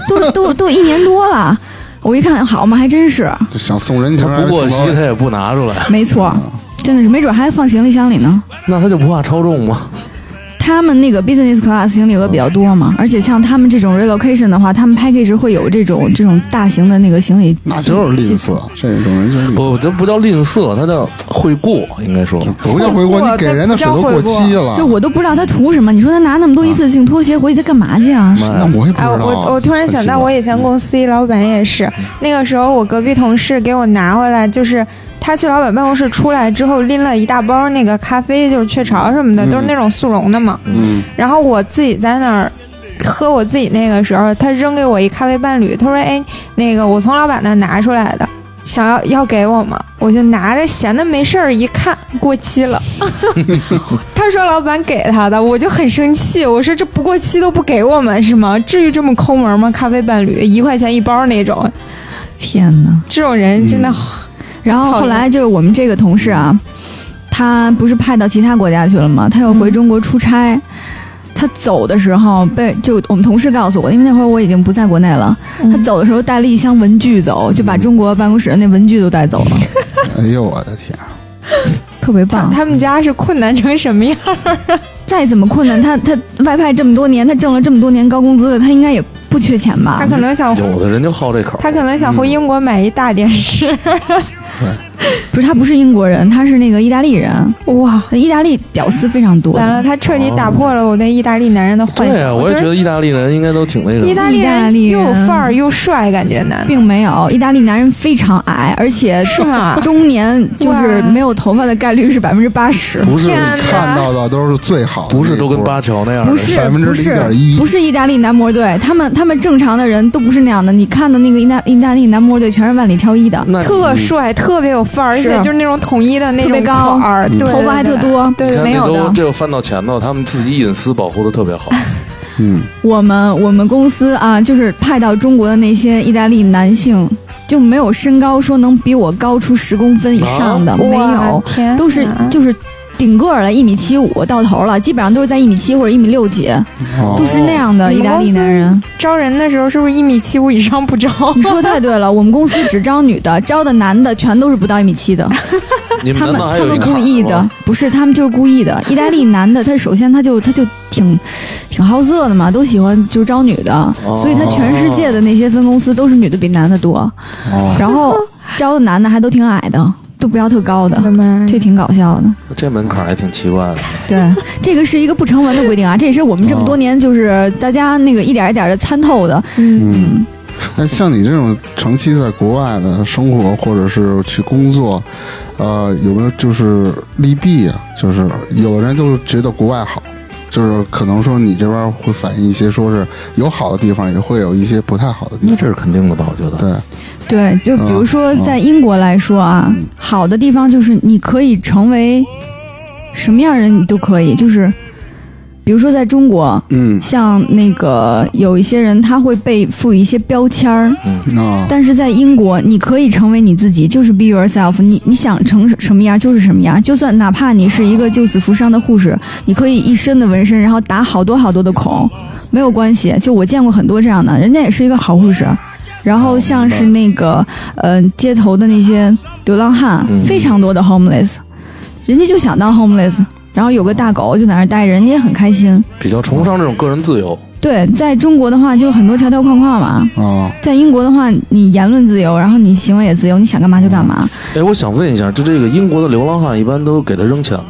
Speaker 1: 都都都一年多了。我一看，好嘛，还真是，
Speaker 2: 就想送人情，啊
Speaker 3: 他不 过期他也不拿出来，
Speaker 1: 没错，真的是，没准还放行李箱里呢。
Speaker 3: 那他就不怕超重吗？
Speaker 1: 他们那个 business class 行李额比较多
Speaker 2: 嗯
Speaker 1: 嘛，而且像他们这种 relocation 的话，他们 package 会有这种这种大型的那个行李，
Speaker 2: 那就是啊吝啬， 这种人就是吝
Speaker 3: 不，这不叫吝啬，他叫惠顾，应该说。
Speaker 2: 不叫回国，
Speaker 4: 不
Speaker 2: 你给人的水都过期了
Speaker 1: 就，我都不知道他图什么。你说他拿那么多一次性拖鞋回去，他干嘛去啊？
Speaker 2: 那我也不知
Speaker 4: 哎，
Speaker 2: 道
Speaker 4: 我
Speaker 2: 啊。
Speaker 4: 我我突然想到，我以前公司一老板也是，
Speaker 2: 嗯
Speaker 4: 那个时候我隔壁同事给我拿回来，就是他去老板办公室出来之后拎了一大包那个咖啡，就是雀巢什么的，
Speaker 2: 嗯
Speaker 4: 都是那种速溶的嘛。
Speaker 2: 嗯，
Speaker 4: 然后我自己在那儿喝我自己那个时候，他扔给我一咖啡伴侣，他说：“哎，那个我从老板那儿拿出来的，想要要给我吗？”我就拿着，闲的没事儿，一看过期了。他说老板给他的，我就很生气，我说这不过期都不给我们是吗？至于这么抠门吗？咖啡伴侣一块钱一包那种，
Speaker 1: 天哪！
Speaker 4: 这种人真的
Speaker 2: 嗯
Speaker 4: 好。
Speaker 1: 然后后来就是我们这个同事啊，他不是派到其他国家去了吗？他又回中国出差。他走的时候被就我们同事告诉我，因为那会儿我已经不在国内了。他
Speaker 4: 嗯
Speaker 1: 走的时候带了一箱文具走，就把中国办公室的那文具都带走了，
Speaker 2: 哎呦我的天，
Speaker 1: 特别棒。
Speaker 4: 他们家是困难成什 么样？
Speaker 1: 再怎么困难，他他外派这么多年，他挣了这么多年高工资了，他应该也不缺钱吧
Speaker 4: 他？可能
Speaker 1: 哦
Speaker 4: 想回，
Speaker 3: 有的人就好这口，
Speaker 4: 他可能想回英国买一大电视。
Speaker 1: 不是，他不是英国人，他是那个意大利人。
Speaker 4: 哇，
Speaker 1: 意大利屌丝非常多的，
Speaker 4: 完了，他彻底打破了我对意大利男人的幻想。
Speaker 3: 哦对啊，我也觉得意大利人应该都挺那什
Speaker 4: 就是意
Speaker 3: 么。
Speaker 4: 大利
Speaker 1: 意大
Speaker 4: 人
Speaker 1: 利
Speaker 4: 又
Speaker 1: 人
Speaker 4: 有范儿又帅，感觉男的
Speaker 1: 并没有。意大利男人非常矮，而且
Speaker 4: 是啊吗？
Speaker 1: 中年就是
Speaker 4: 哇
Speaker 1: 没有头发的概率是百分之八十。
Speaker 3: 不是
Speaker 4: 天哪
Speaker 2: 看到的都是最好的那一波，
Speaker 3: 不是都跟巴乔那样的，
Speaker 1: 不是
Speaker 2: 百分之
Speaker 1: 不是
Speaker 2: 0.1
Speaker 1: 不是意大利男模队，他们他们正常的人都不是那样的。你看的那个意大意大利男模队全是万里挑一的，
Speaker 3: 那
Speaker 4: 特帅，特别有范儿，而
Speaker 1: 是啊
Speaker 4: 且就是那种统一的那
Speaker 1: 特
Speaker 4: 种
Speaker 1: 别高
Speaker 3: 嗯
Speaker 4: 款儿，对，
Speaker 1: 头发还特多，
Speaker 4: 对
Speaker 3: 你看
Speaker 1: 没
Speaker 3: 那
Speaker 1: 有
Speaker 3: 都
Speaker 1: 的。
Speaker 3: 这又翻到前头，他们自己隐私保护的特别好。
Speaker 2: 嗯，
Speaker 1: 我们我们公司啊，就是派到中国的那些意大利男性，就没有身高说能比我高出十公分以上的，
Speaker 4: 对，
Speaker 1: 没
Speaker 4: 对对啊哇
Speaker 1: 有，
Speaker 4: 天
Speaker 1: 都是
Speaker 4: 哪
Speaker 1: 就是顶个儿了，一米七五到头了，基本上都是在一米七或者一米六几，
Speaker 2: 哦
Speaker 1: 都是那样的意大利男人。
Speaker 4: 招人的时候是不是一米七五以 上不招？
Speaker 1: 你说太对了，我们公司只招女的，招的男的全都是不到一米七的，
Speaker 3: 哦你们
Speaker 1: 他
Speaker 3: 难
Speaker 1: 们
Speaker 3: 道还
Speaker 1: 他
Speaker 3: 有一
Speaker 1: 们
Speaker 3: 坎
Speaker 1: 故
Speaker 3: 儿
Speaker 1: 意
Speaker 3: 吗
Speaker 1: 的？，不是他们就是故意的。意大利男的他首先他就他就挺挺好色的嘛，都喜欢就招女的，
Speaker 3: 哦
Speaker 1: 所以他全世界的那些分公司都是女的比男的多。
Speaker 2: 哦
Speaker 1: 然后招的男的还都挺矮的，都不要特高
Speaker 4: 我的
Speaker 1: 的，
Speaker 4: 妈呀！
Speaker 1: 这挺搞笑的。
Speaker 3: 这门槛儿还挺奇怪的。
Speaker 1: 对，这个是一个不成文的规定啊，这也是我们这
Speaker 3: 哦
Speaker 1: 么多年就是大家那个一点一点的参透的。
Speaker 4: 嗯，
Speaker 2: 嗯，那像你这种长期在国外的生活，或者是去工作，呃，有没有就是利弊啊？就是有的人就觉得国外好，就是可能说你这边会反映一些，说是有好的地方，也会有一些不太好的地
Speaker 3: 那
Speaker 2: 方。
Speaker 3: 这是肯定的吧？我觉得。
Speaker 2: 对，
Speaker 1: 对，就比如说
Speaker 2: 嗯
Speaker 1: 在英国来说啊，
Speaker 2: 嗯
Speaker 1: 好的地方就是你可以成为什么样的人，你都可以，就是。比比如说在中国，
Speaker 2: 嗯
Speaker 1: 像那个有一些人他会被赋予一些标签儿，
Speaker 2: 啊，
Speaker 1: 但是在英国，你可以成为你自己，就是 be yourself 你。你想成什么样就是什么样，就算哪怕你是一个救死扶伤的护士，你可以一身的纹身，然后打好多好多的孔，没有关系。就我见过很多这样的，人家也是一个好护士。然后像是那个，嗯、街头的那些流浪汉，
Speaker 3: 嗯
Speaker 1: 非常多的 homeless，人家就想当 homeless，然后有个大狗就在那儿待着，人家也很开心。
Speaker 3: 比较崇尚这种个人自由。
Speaker 1: 对，在中国的话就很多条条框框嘛，
Speaker 2: 啊，
Speaker 1: 在英国的话，你言论自由，然后你行为也自由，你想干嘛就干
Speaker 4: 嗯
Speaker 1: 嘛。
Speaker 3: 哎，我想问一下，就这个英国的流浪汉一般都给他扔钱吗？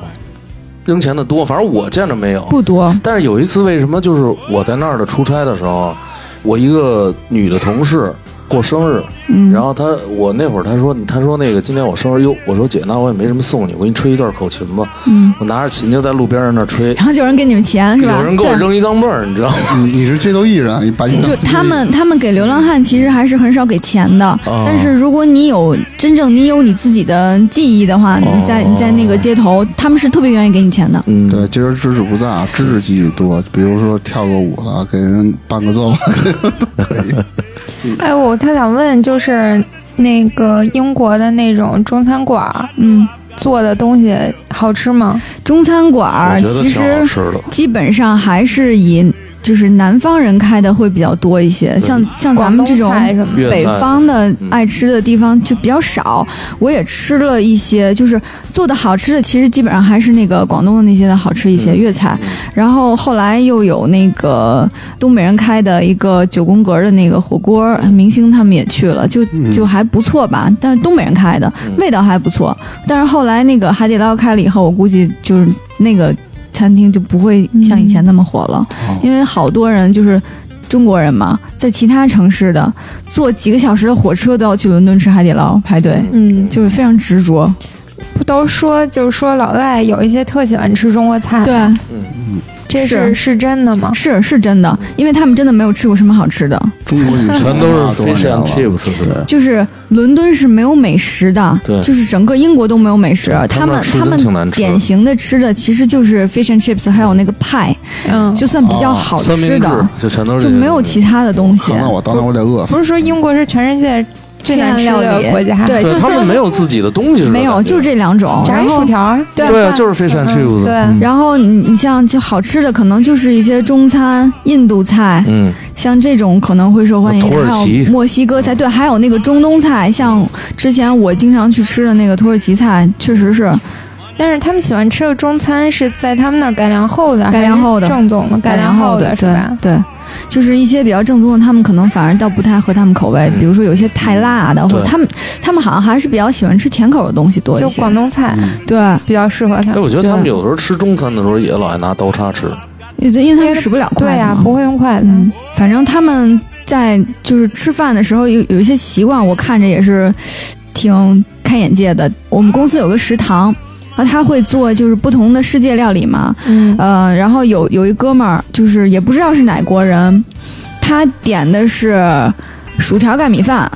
Speaker 3: 扔钱的多，反正我见着没有。
Speaker 1: 不多，
Speaker 3: 但是有一次，为什么就是我在那儿的出差的时候，我一个女的同事过生日，
Speaker 1: 嗯，
Speaker 3: 然后她我那会儿她说你她说那个今天我生日，哟，我说姐，那我也没什么送你，我给你吹一段口琴吧。
Speaker 1: 嗯，
Speaker 3: 我拿着琴就在路边上那儿吹，
Speaker 1: 然后就有人给你们钱是吧？
Speaker 3: 有人给我扔一钢镚儿，你知道 吗？
Speaker 2: 你你是街头艺人，你把你
Speaker 1: 对。就他们，他们给流浪汉其实还是很少给钱的。
Speaker 3: 嗯哦
Speaker 1: 但是如果你有真正你有你自己的记忆的话，
Speaker 3: 哦
Speaker 1: 你在你在那个街头，他们是特别愿意给你钱的。
Speaker 3: 嗯，
Speaker 2: 对，今儿知识不在啊，知识记忆多，比如说跳个舞了，给人伴个奏，
Speaker 3: 嗯
Speaker 4: 哎，我特想问，就是那个英国的那种中餐馆儿
Speaker 1: 嗯，
Speaker 4: 做的东西好吃吗？
Speaker 1: 中餐馆
Speaker 3: 我
Speaker 1: 儿
Speaker 3: 觉得
Speaker 1: 啊其
Speaker 3: 挺好
Speaker 1: 实
Speaker 3: 吃的。
Speaker 1: 基本上还是以就是南方人开的会比较多一些，像像咱
Speaker 4: 广
Speaker 1: 们
Speaker 4: 东
Speaker 1: 这种
Speaker 4: 菜什么的？
Speaker 3: 粤
Speaker 1: 北
Speaker 3: 菜
Speaker 1: 方的
Speaker 3: 嗯
Speaker 1: 爱吃的地方就比较少，我也吃了一些，就是做的好吃的，其实基本上还是那个广东的那些的好吃一些
Speaker 3: 嗯
Speaker 1: 粤菜
Speaker 3: 嗯。
Speaker 1: 然后后来又有那个东北人开的一个九宫格的那个火锅，明星他们也去了，就
Speaker 2: 嗯
Speaker 1: 就还不错吧。但是东北人开的
Speaker 3: 嗯
Speaker 1: 味道还不错，但是后来那个海底捞开了以后，我估计就是那个餐厅就不会像以前那么火了。
Speaker 3: 嗯
Speaker 1: 因为好多人就是中国人嘛，在其他城市的坐几个小时的火车都要去伦敦吃海底捞排队，
Speaker 4: 嗯，
Speaker 1: 就是非常执着。
Speaker 3: 啊
Speaker 4: 不都说就是说老外有一些特喜欢吃中国菜，，
Speaker 1: 对，
Speaker 3: 嗯
Speaker 4: 这
Speaker 1: 是
Speaker 4: 是是真的吗？
Speaker 1: 是是真的，因为他们真的没有吃过什么好吃的，
Speaker 2: 中国女神
Speaker 3: 全都
Speaker 2: 啊
Speaker 3: 是
Speaker 2: 多少
Speaker 3: fish
Speaker 2: 年
Speaker 3: and
Speaker 2: 了
Speaker 3: chips，是吧？
Speaker 1: 就是伦敦是没有美食的，
Speaker 3: 对
Speaker 1: 就是整个英国都没有美食，
Speaker 3: 他们
Speaker 1: 们
Speaker 3: 那吃
Speaker 1: 他
Speaker 3: 真
Speaker 1: 们
Speaker 3: 挺难吃的
Speaker 1: 典型的吃的其实就是 fish and chips，还有那个派，
Speaker 4: 嗯，
Speaker 1: 就算比较好
Speaker 3: 哦三明
Speaker 1: 吃的，
Speaker 3: 治就全都是
Speaker 1: 就
Speaker 3: 这
Speaker 1: 没有
Speaker 3: 东西
Speaker 1: 其他的东西
Speaker 2: 看。来我当年我得饿死
Speaker 4: 不。是说英国是全世界最难吃
Speaker 1: 黑暗料
Speaker 4: 的
Speaker 1: 理
Speaker 4: 国家，
Speaker 1: 对
Speaker 3: 对
Speaker 1: 就是
Speaker 3: 他们没有自己的东西，
Speaker 1: 没有，就是
Speaker 3: 这。
Speaker 1: 这两种。
Speaker 4: 炸
Speaker 1: 然
Speaker 4: 一
Speaker 1: 后
Speaker 4: 薯条儿，
Speaker 1: 对
Speaker 3: 对啊，
Speaker 4: 饭
Speaker 3: 就是 fish and
Speaker 4: 嗯
Speaker 3: chips。
Speaker 4: 对
Speaker 3: 嗯
Speaker 1: 然后你你像就好吃的，可能就是一些中餐、印度菜，
Speaker 3: 嗯，
Speaker 1: 像这种可能会受欢迎。
Speaker 3: 土耳其嗯
Speaker 1: 还有墨西哥菜，对，还有那个中东菜，像之前我经常去吃的那个土耳其菜，确实是
Speaker 4: 但是他们喜欢吃的中餐是在他们那儿改良后的，
Speaker 1: 改良后的
Speaker 4: 还是正宗的，改良后
Speaker 1: 的，
Speaker 4: 是
Speaker 1: 对
Speaker 4: 吧？
Speaker 1: 对。就是一些比较正宗的，他们可能反而倒不太合他们口味，
Speaker 3: 嗯
Speaker 1: 比如说有些太辣的，或者
Speaker 3: 对
Speaker 1: 他们他们好像还是比较喜欢吃甜口的东西多一
Speaker 4: 就
Speaker 1: 些。
Speaker 4: 广东菜
Speaker 2: 嗯，
Speaker 1: 对，
Speaker 4: 比较适合他
Speaker 3: 哎，。我觉得
Speaker 1: 对
Speaker 3: 他们有的时候吃中餐的时候也老爱拿刀叉吃，
Speaker 1: 因为因为他
Speaker 4: 因
Speaker 1: 们
Speaker 4: 为
Speaker 1: 使不了筷
Speaker 4: 对
Speaker 1: 子
Speaker 4: 呀、
Speaker 1: 嘛
Speaker 4: 不会用筷子。
Speaker 1: 嗯，反正他们在就是吃饭的时候有有一些习惯，我看着也是挺开眼界的。我们公司有个食堂，然后他会做就是不同的世界料理嘛，
Speaker 4: 嗯，
Speaker 1: 呃，然后有有一哥们儿就是也不知道是哪国人，他点的是薯条盖米饭。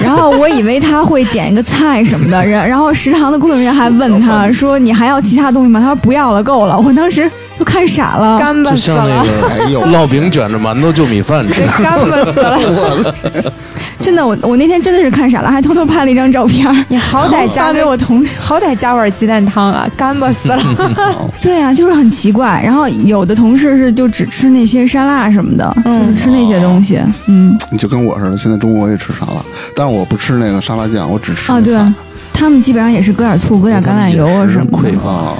Speaker 1: 然后我以为他会点一个菜什么的，然然后食堂的工作人员还问他说：“你还要其他东西吗？”他说：“不要了，够了。”我当时都看傻了，
Speaker 4: 干巴
Speaker 3: 就
Speaker 4: 死
Speaker 3: 像那
Speaker 4: 了，
Speaker 3: 个
Speaker 2: 哎呦，
Speaker 3: 烙饼卷着馒头就米饭吃
Speaker 4: 对，。 干巴死了。
Speaker 2: 我的
Speaker 1: 真的，我我那天真的是看傻了，还偷偷拍了一张照片儿，
Speaker 4: 你好歹
Speaker 1: 发
Speaker 4: 加
Speaker 1: 给
Speaker 4: 个，
Speaker 1: 我同事。
Speaker 4: 好歹加碗鸡蛋汤啊，干巴死了。
Speaker 3: 嗯
Speaker 1: 对啊，就是很奇怪。然后有的同事是就只吃那些沙拉什么的，
Speaker 4: 嗯
Speaker 1: 就是吃那些东西。嗯，
Speaker 2: 你就跟我似的，现在中国我也吃沙拉，但是我不吃那个沙拉酱，我只吃
Speaker 1: 啊
Speaker 2: 那
Speaker 1: 对
Speaker 2: 菜
Speaker 1: 啊他们基本上也是搁点醋，搁点橄榄油啊什么
Speaker 3: 对
Speaker 1: 的。
Speaker 3: 啊
Speaker 2: 啊，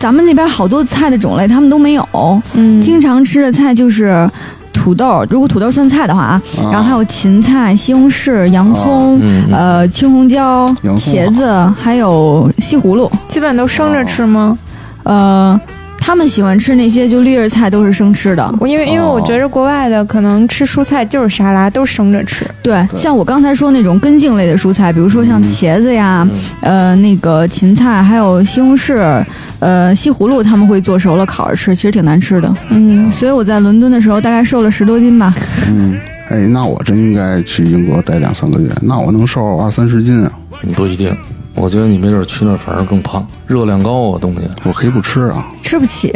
Speaker 1: 咱们那边好多菜的种类他们都没有，
Speaker 4: 嗯，
Speaker 1: 经常吃的菜就是土豆，如果土豆算菜的话啊，
Speaker 2: 啊
Speaker 1: 然后还有芹菜、西红柿、洋葱。
Speaker 3: 嗯，嗯
Speaker 1: 呃，青红椒、
Speaker 2: 洋葱
Speaker 1: 茄子，还有西葫芦，
Speaker 4: 基本都生着吃吗？
Speaker 1: 呃，他们喜欢吃那些就绿叶菜都是生吃的，
Speaker 4: 我因为因为我
Speaker 2: 哦
Speaker 4: 觉着国外的可能吃蔬菜就是沙拉，都生着吃。
Speaker 1: 对，
Speaker 2: 对
Speaker 1: 像我刚才说那种根茎类的蔬菜，比如说像
Speaker 2: 嗯
Speaker 1: 茄子呀，
Speaker 3: 嗯
Speaker 1: 呃，那个芹菜，还有西红柿，呃，西葫芦，他们会做熟了烤着吃，其实挺难吃的。
Speaker 4: 嗯，
Speaker 1: 所以我在伦敦的时候大概瘦了十多斤吧，
Speaker 2: 嗯，哎，那我真应该去英国待两三个月，那我能瘦二三十斤啊，
Speaker 3: 嗯不一定。我觉得你没准去那儿反而更胖，热量高啊，东西。
Speaker 2: 我可以不吃啊，
Speaker 1: 吃不起。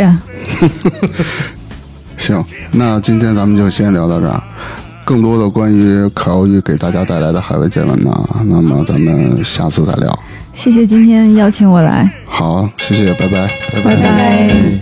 Speaker 2: 行，那今天咱们就先聊到这儿。更多的关于烤鱿鱼给大家带来的海外见闻呢，那么咱们下次再聊。
Speaker 1: 谢谢今天邀请我来，
Speaker 2: 好，谢谢，拜拜。
Speaker 1: 拜拜
Speaker 3: 拜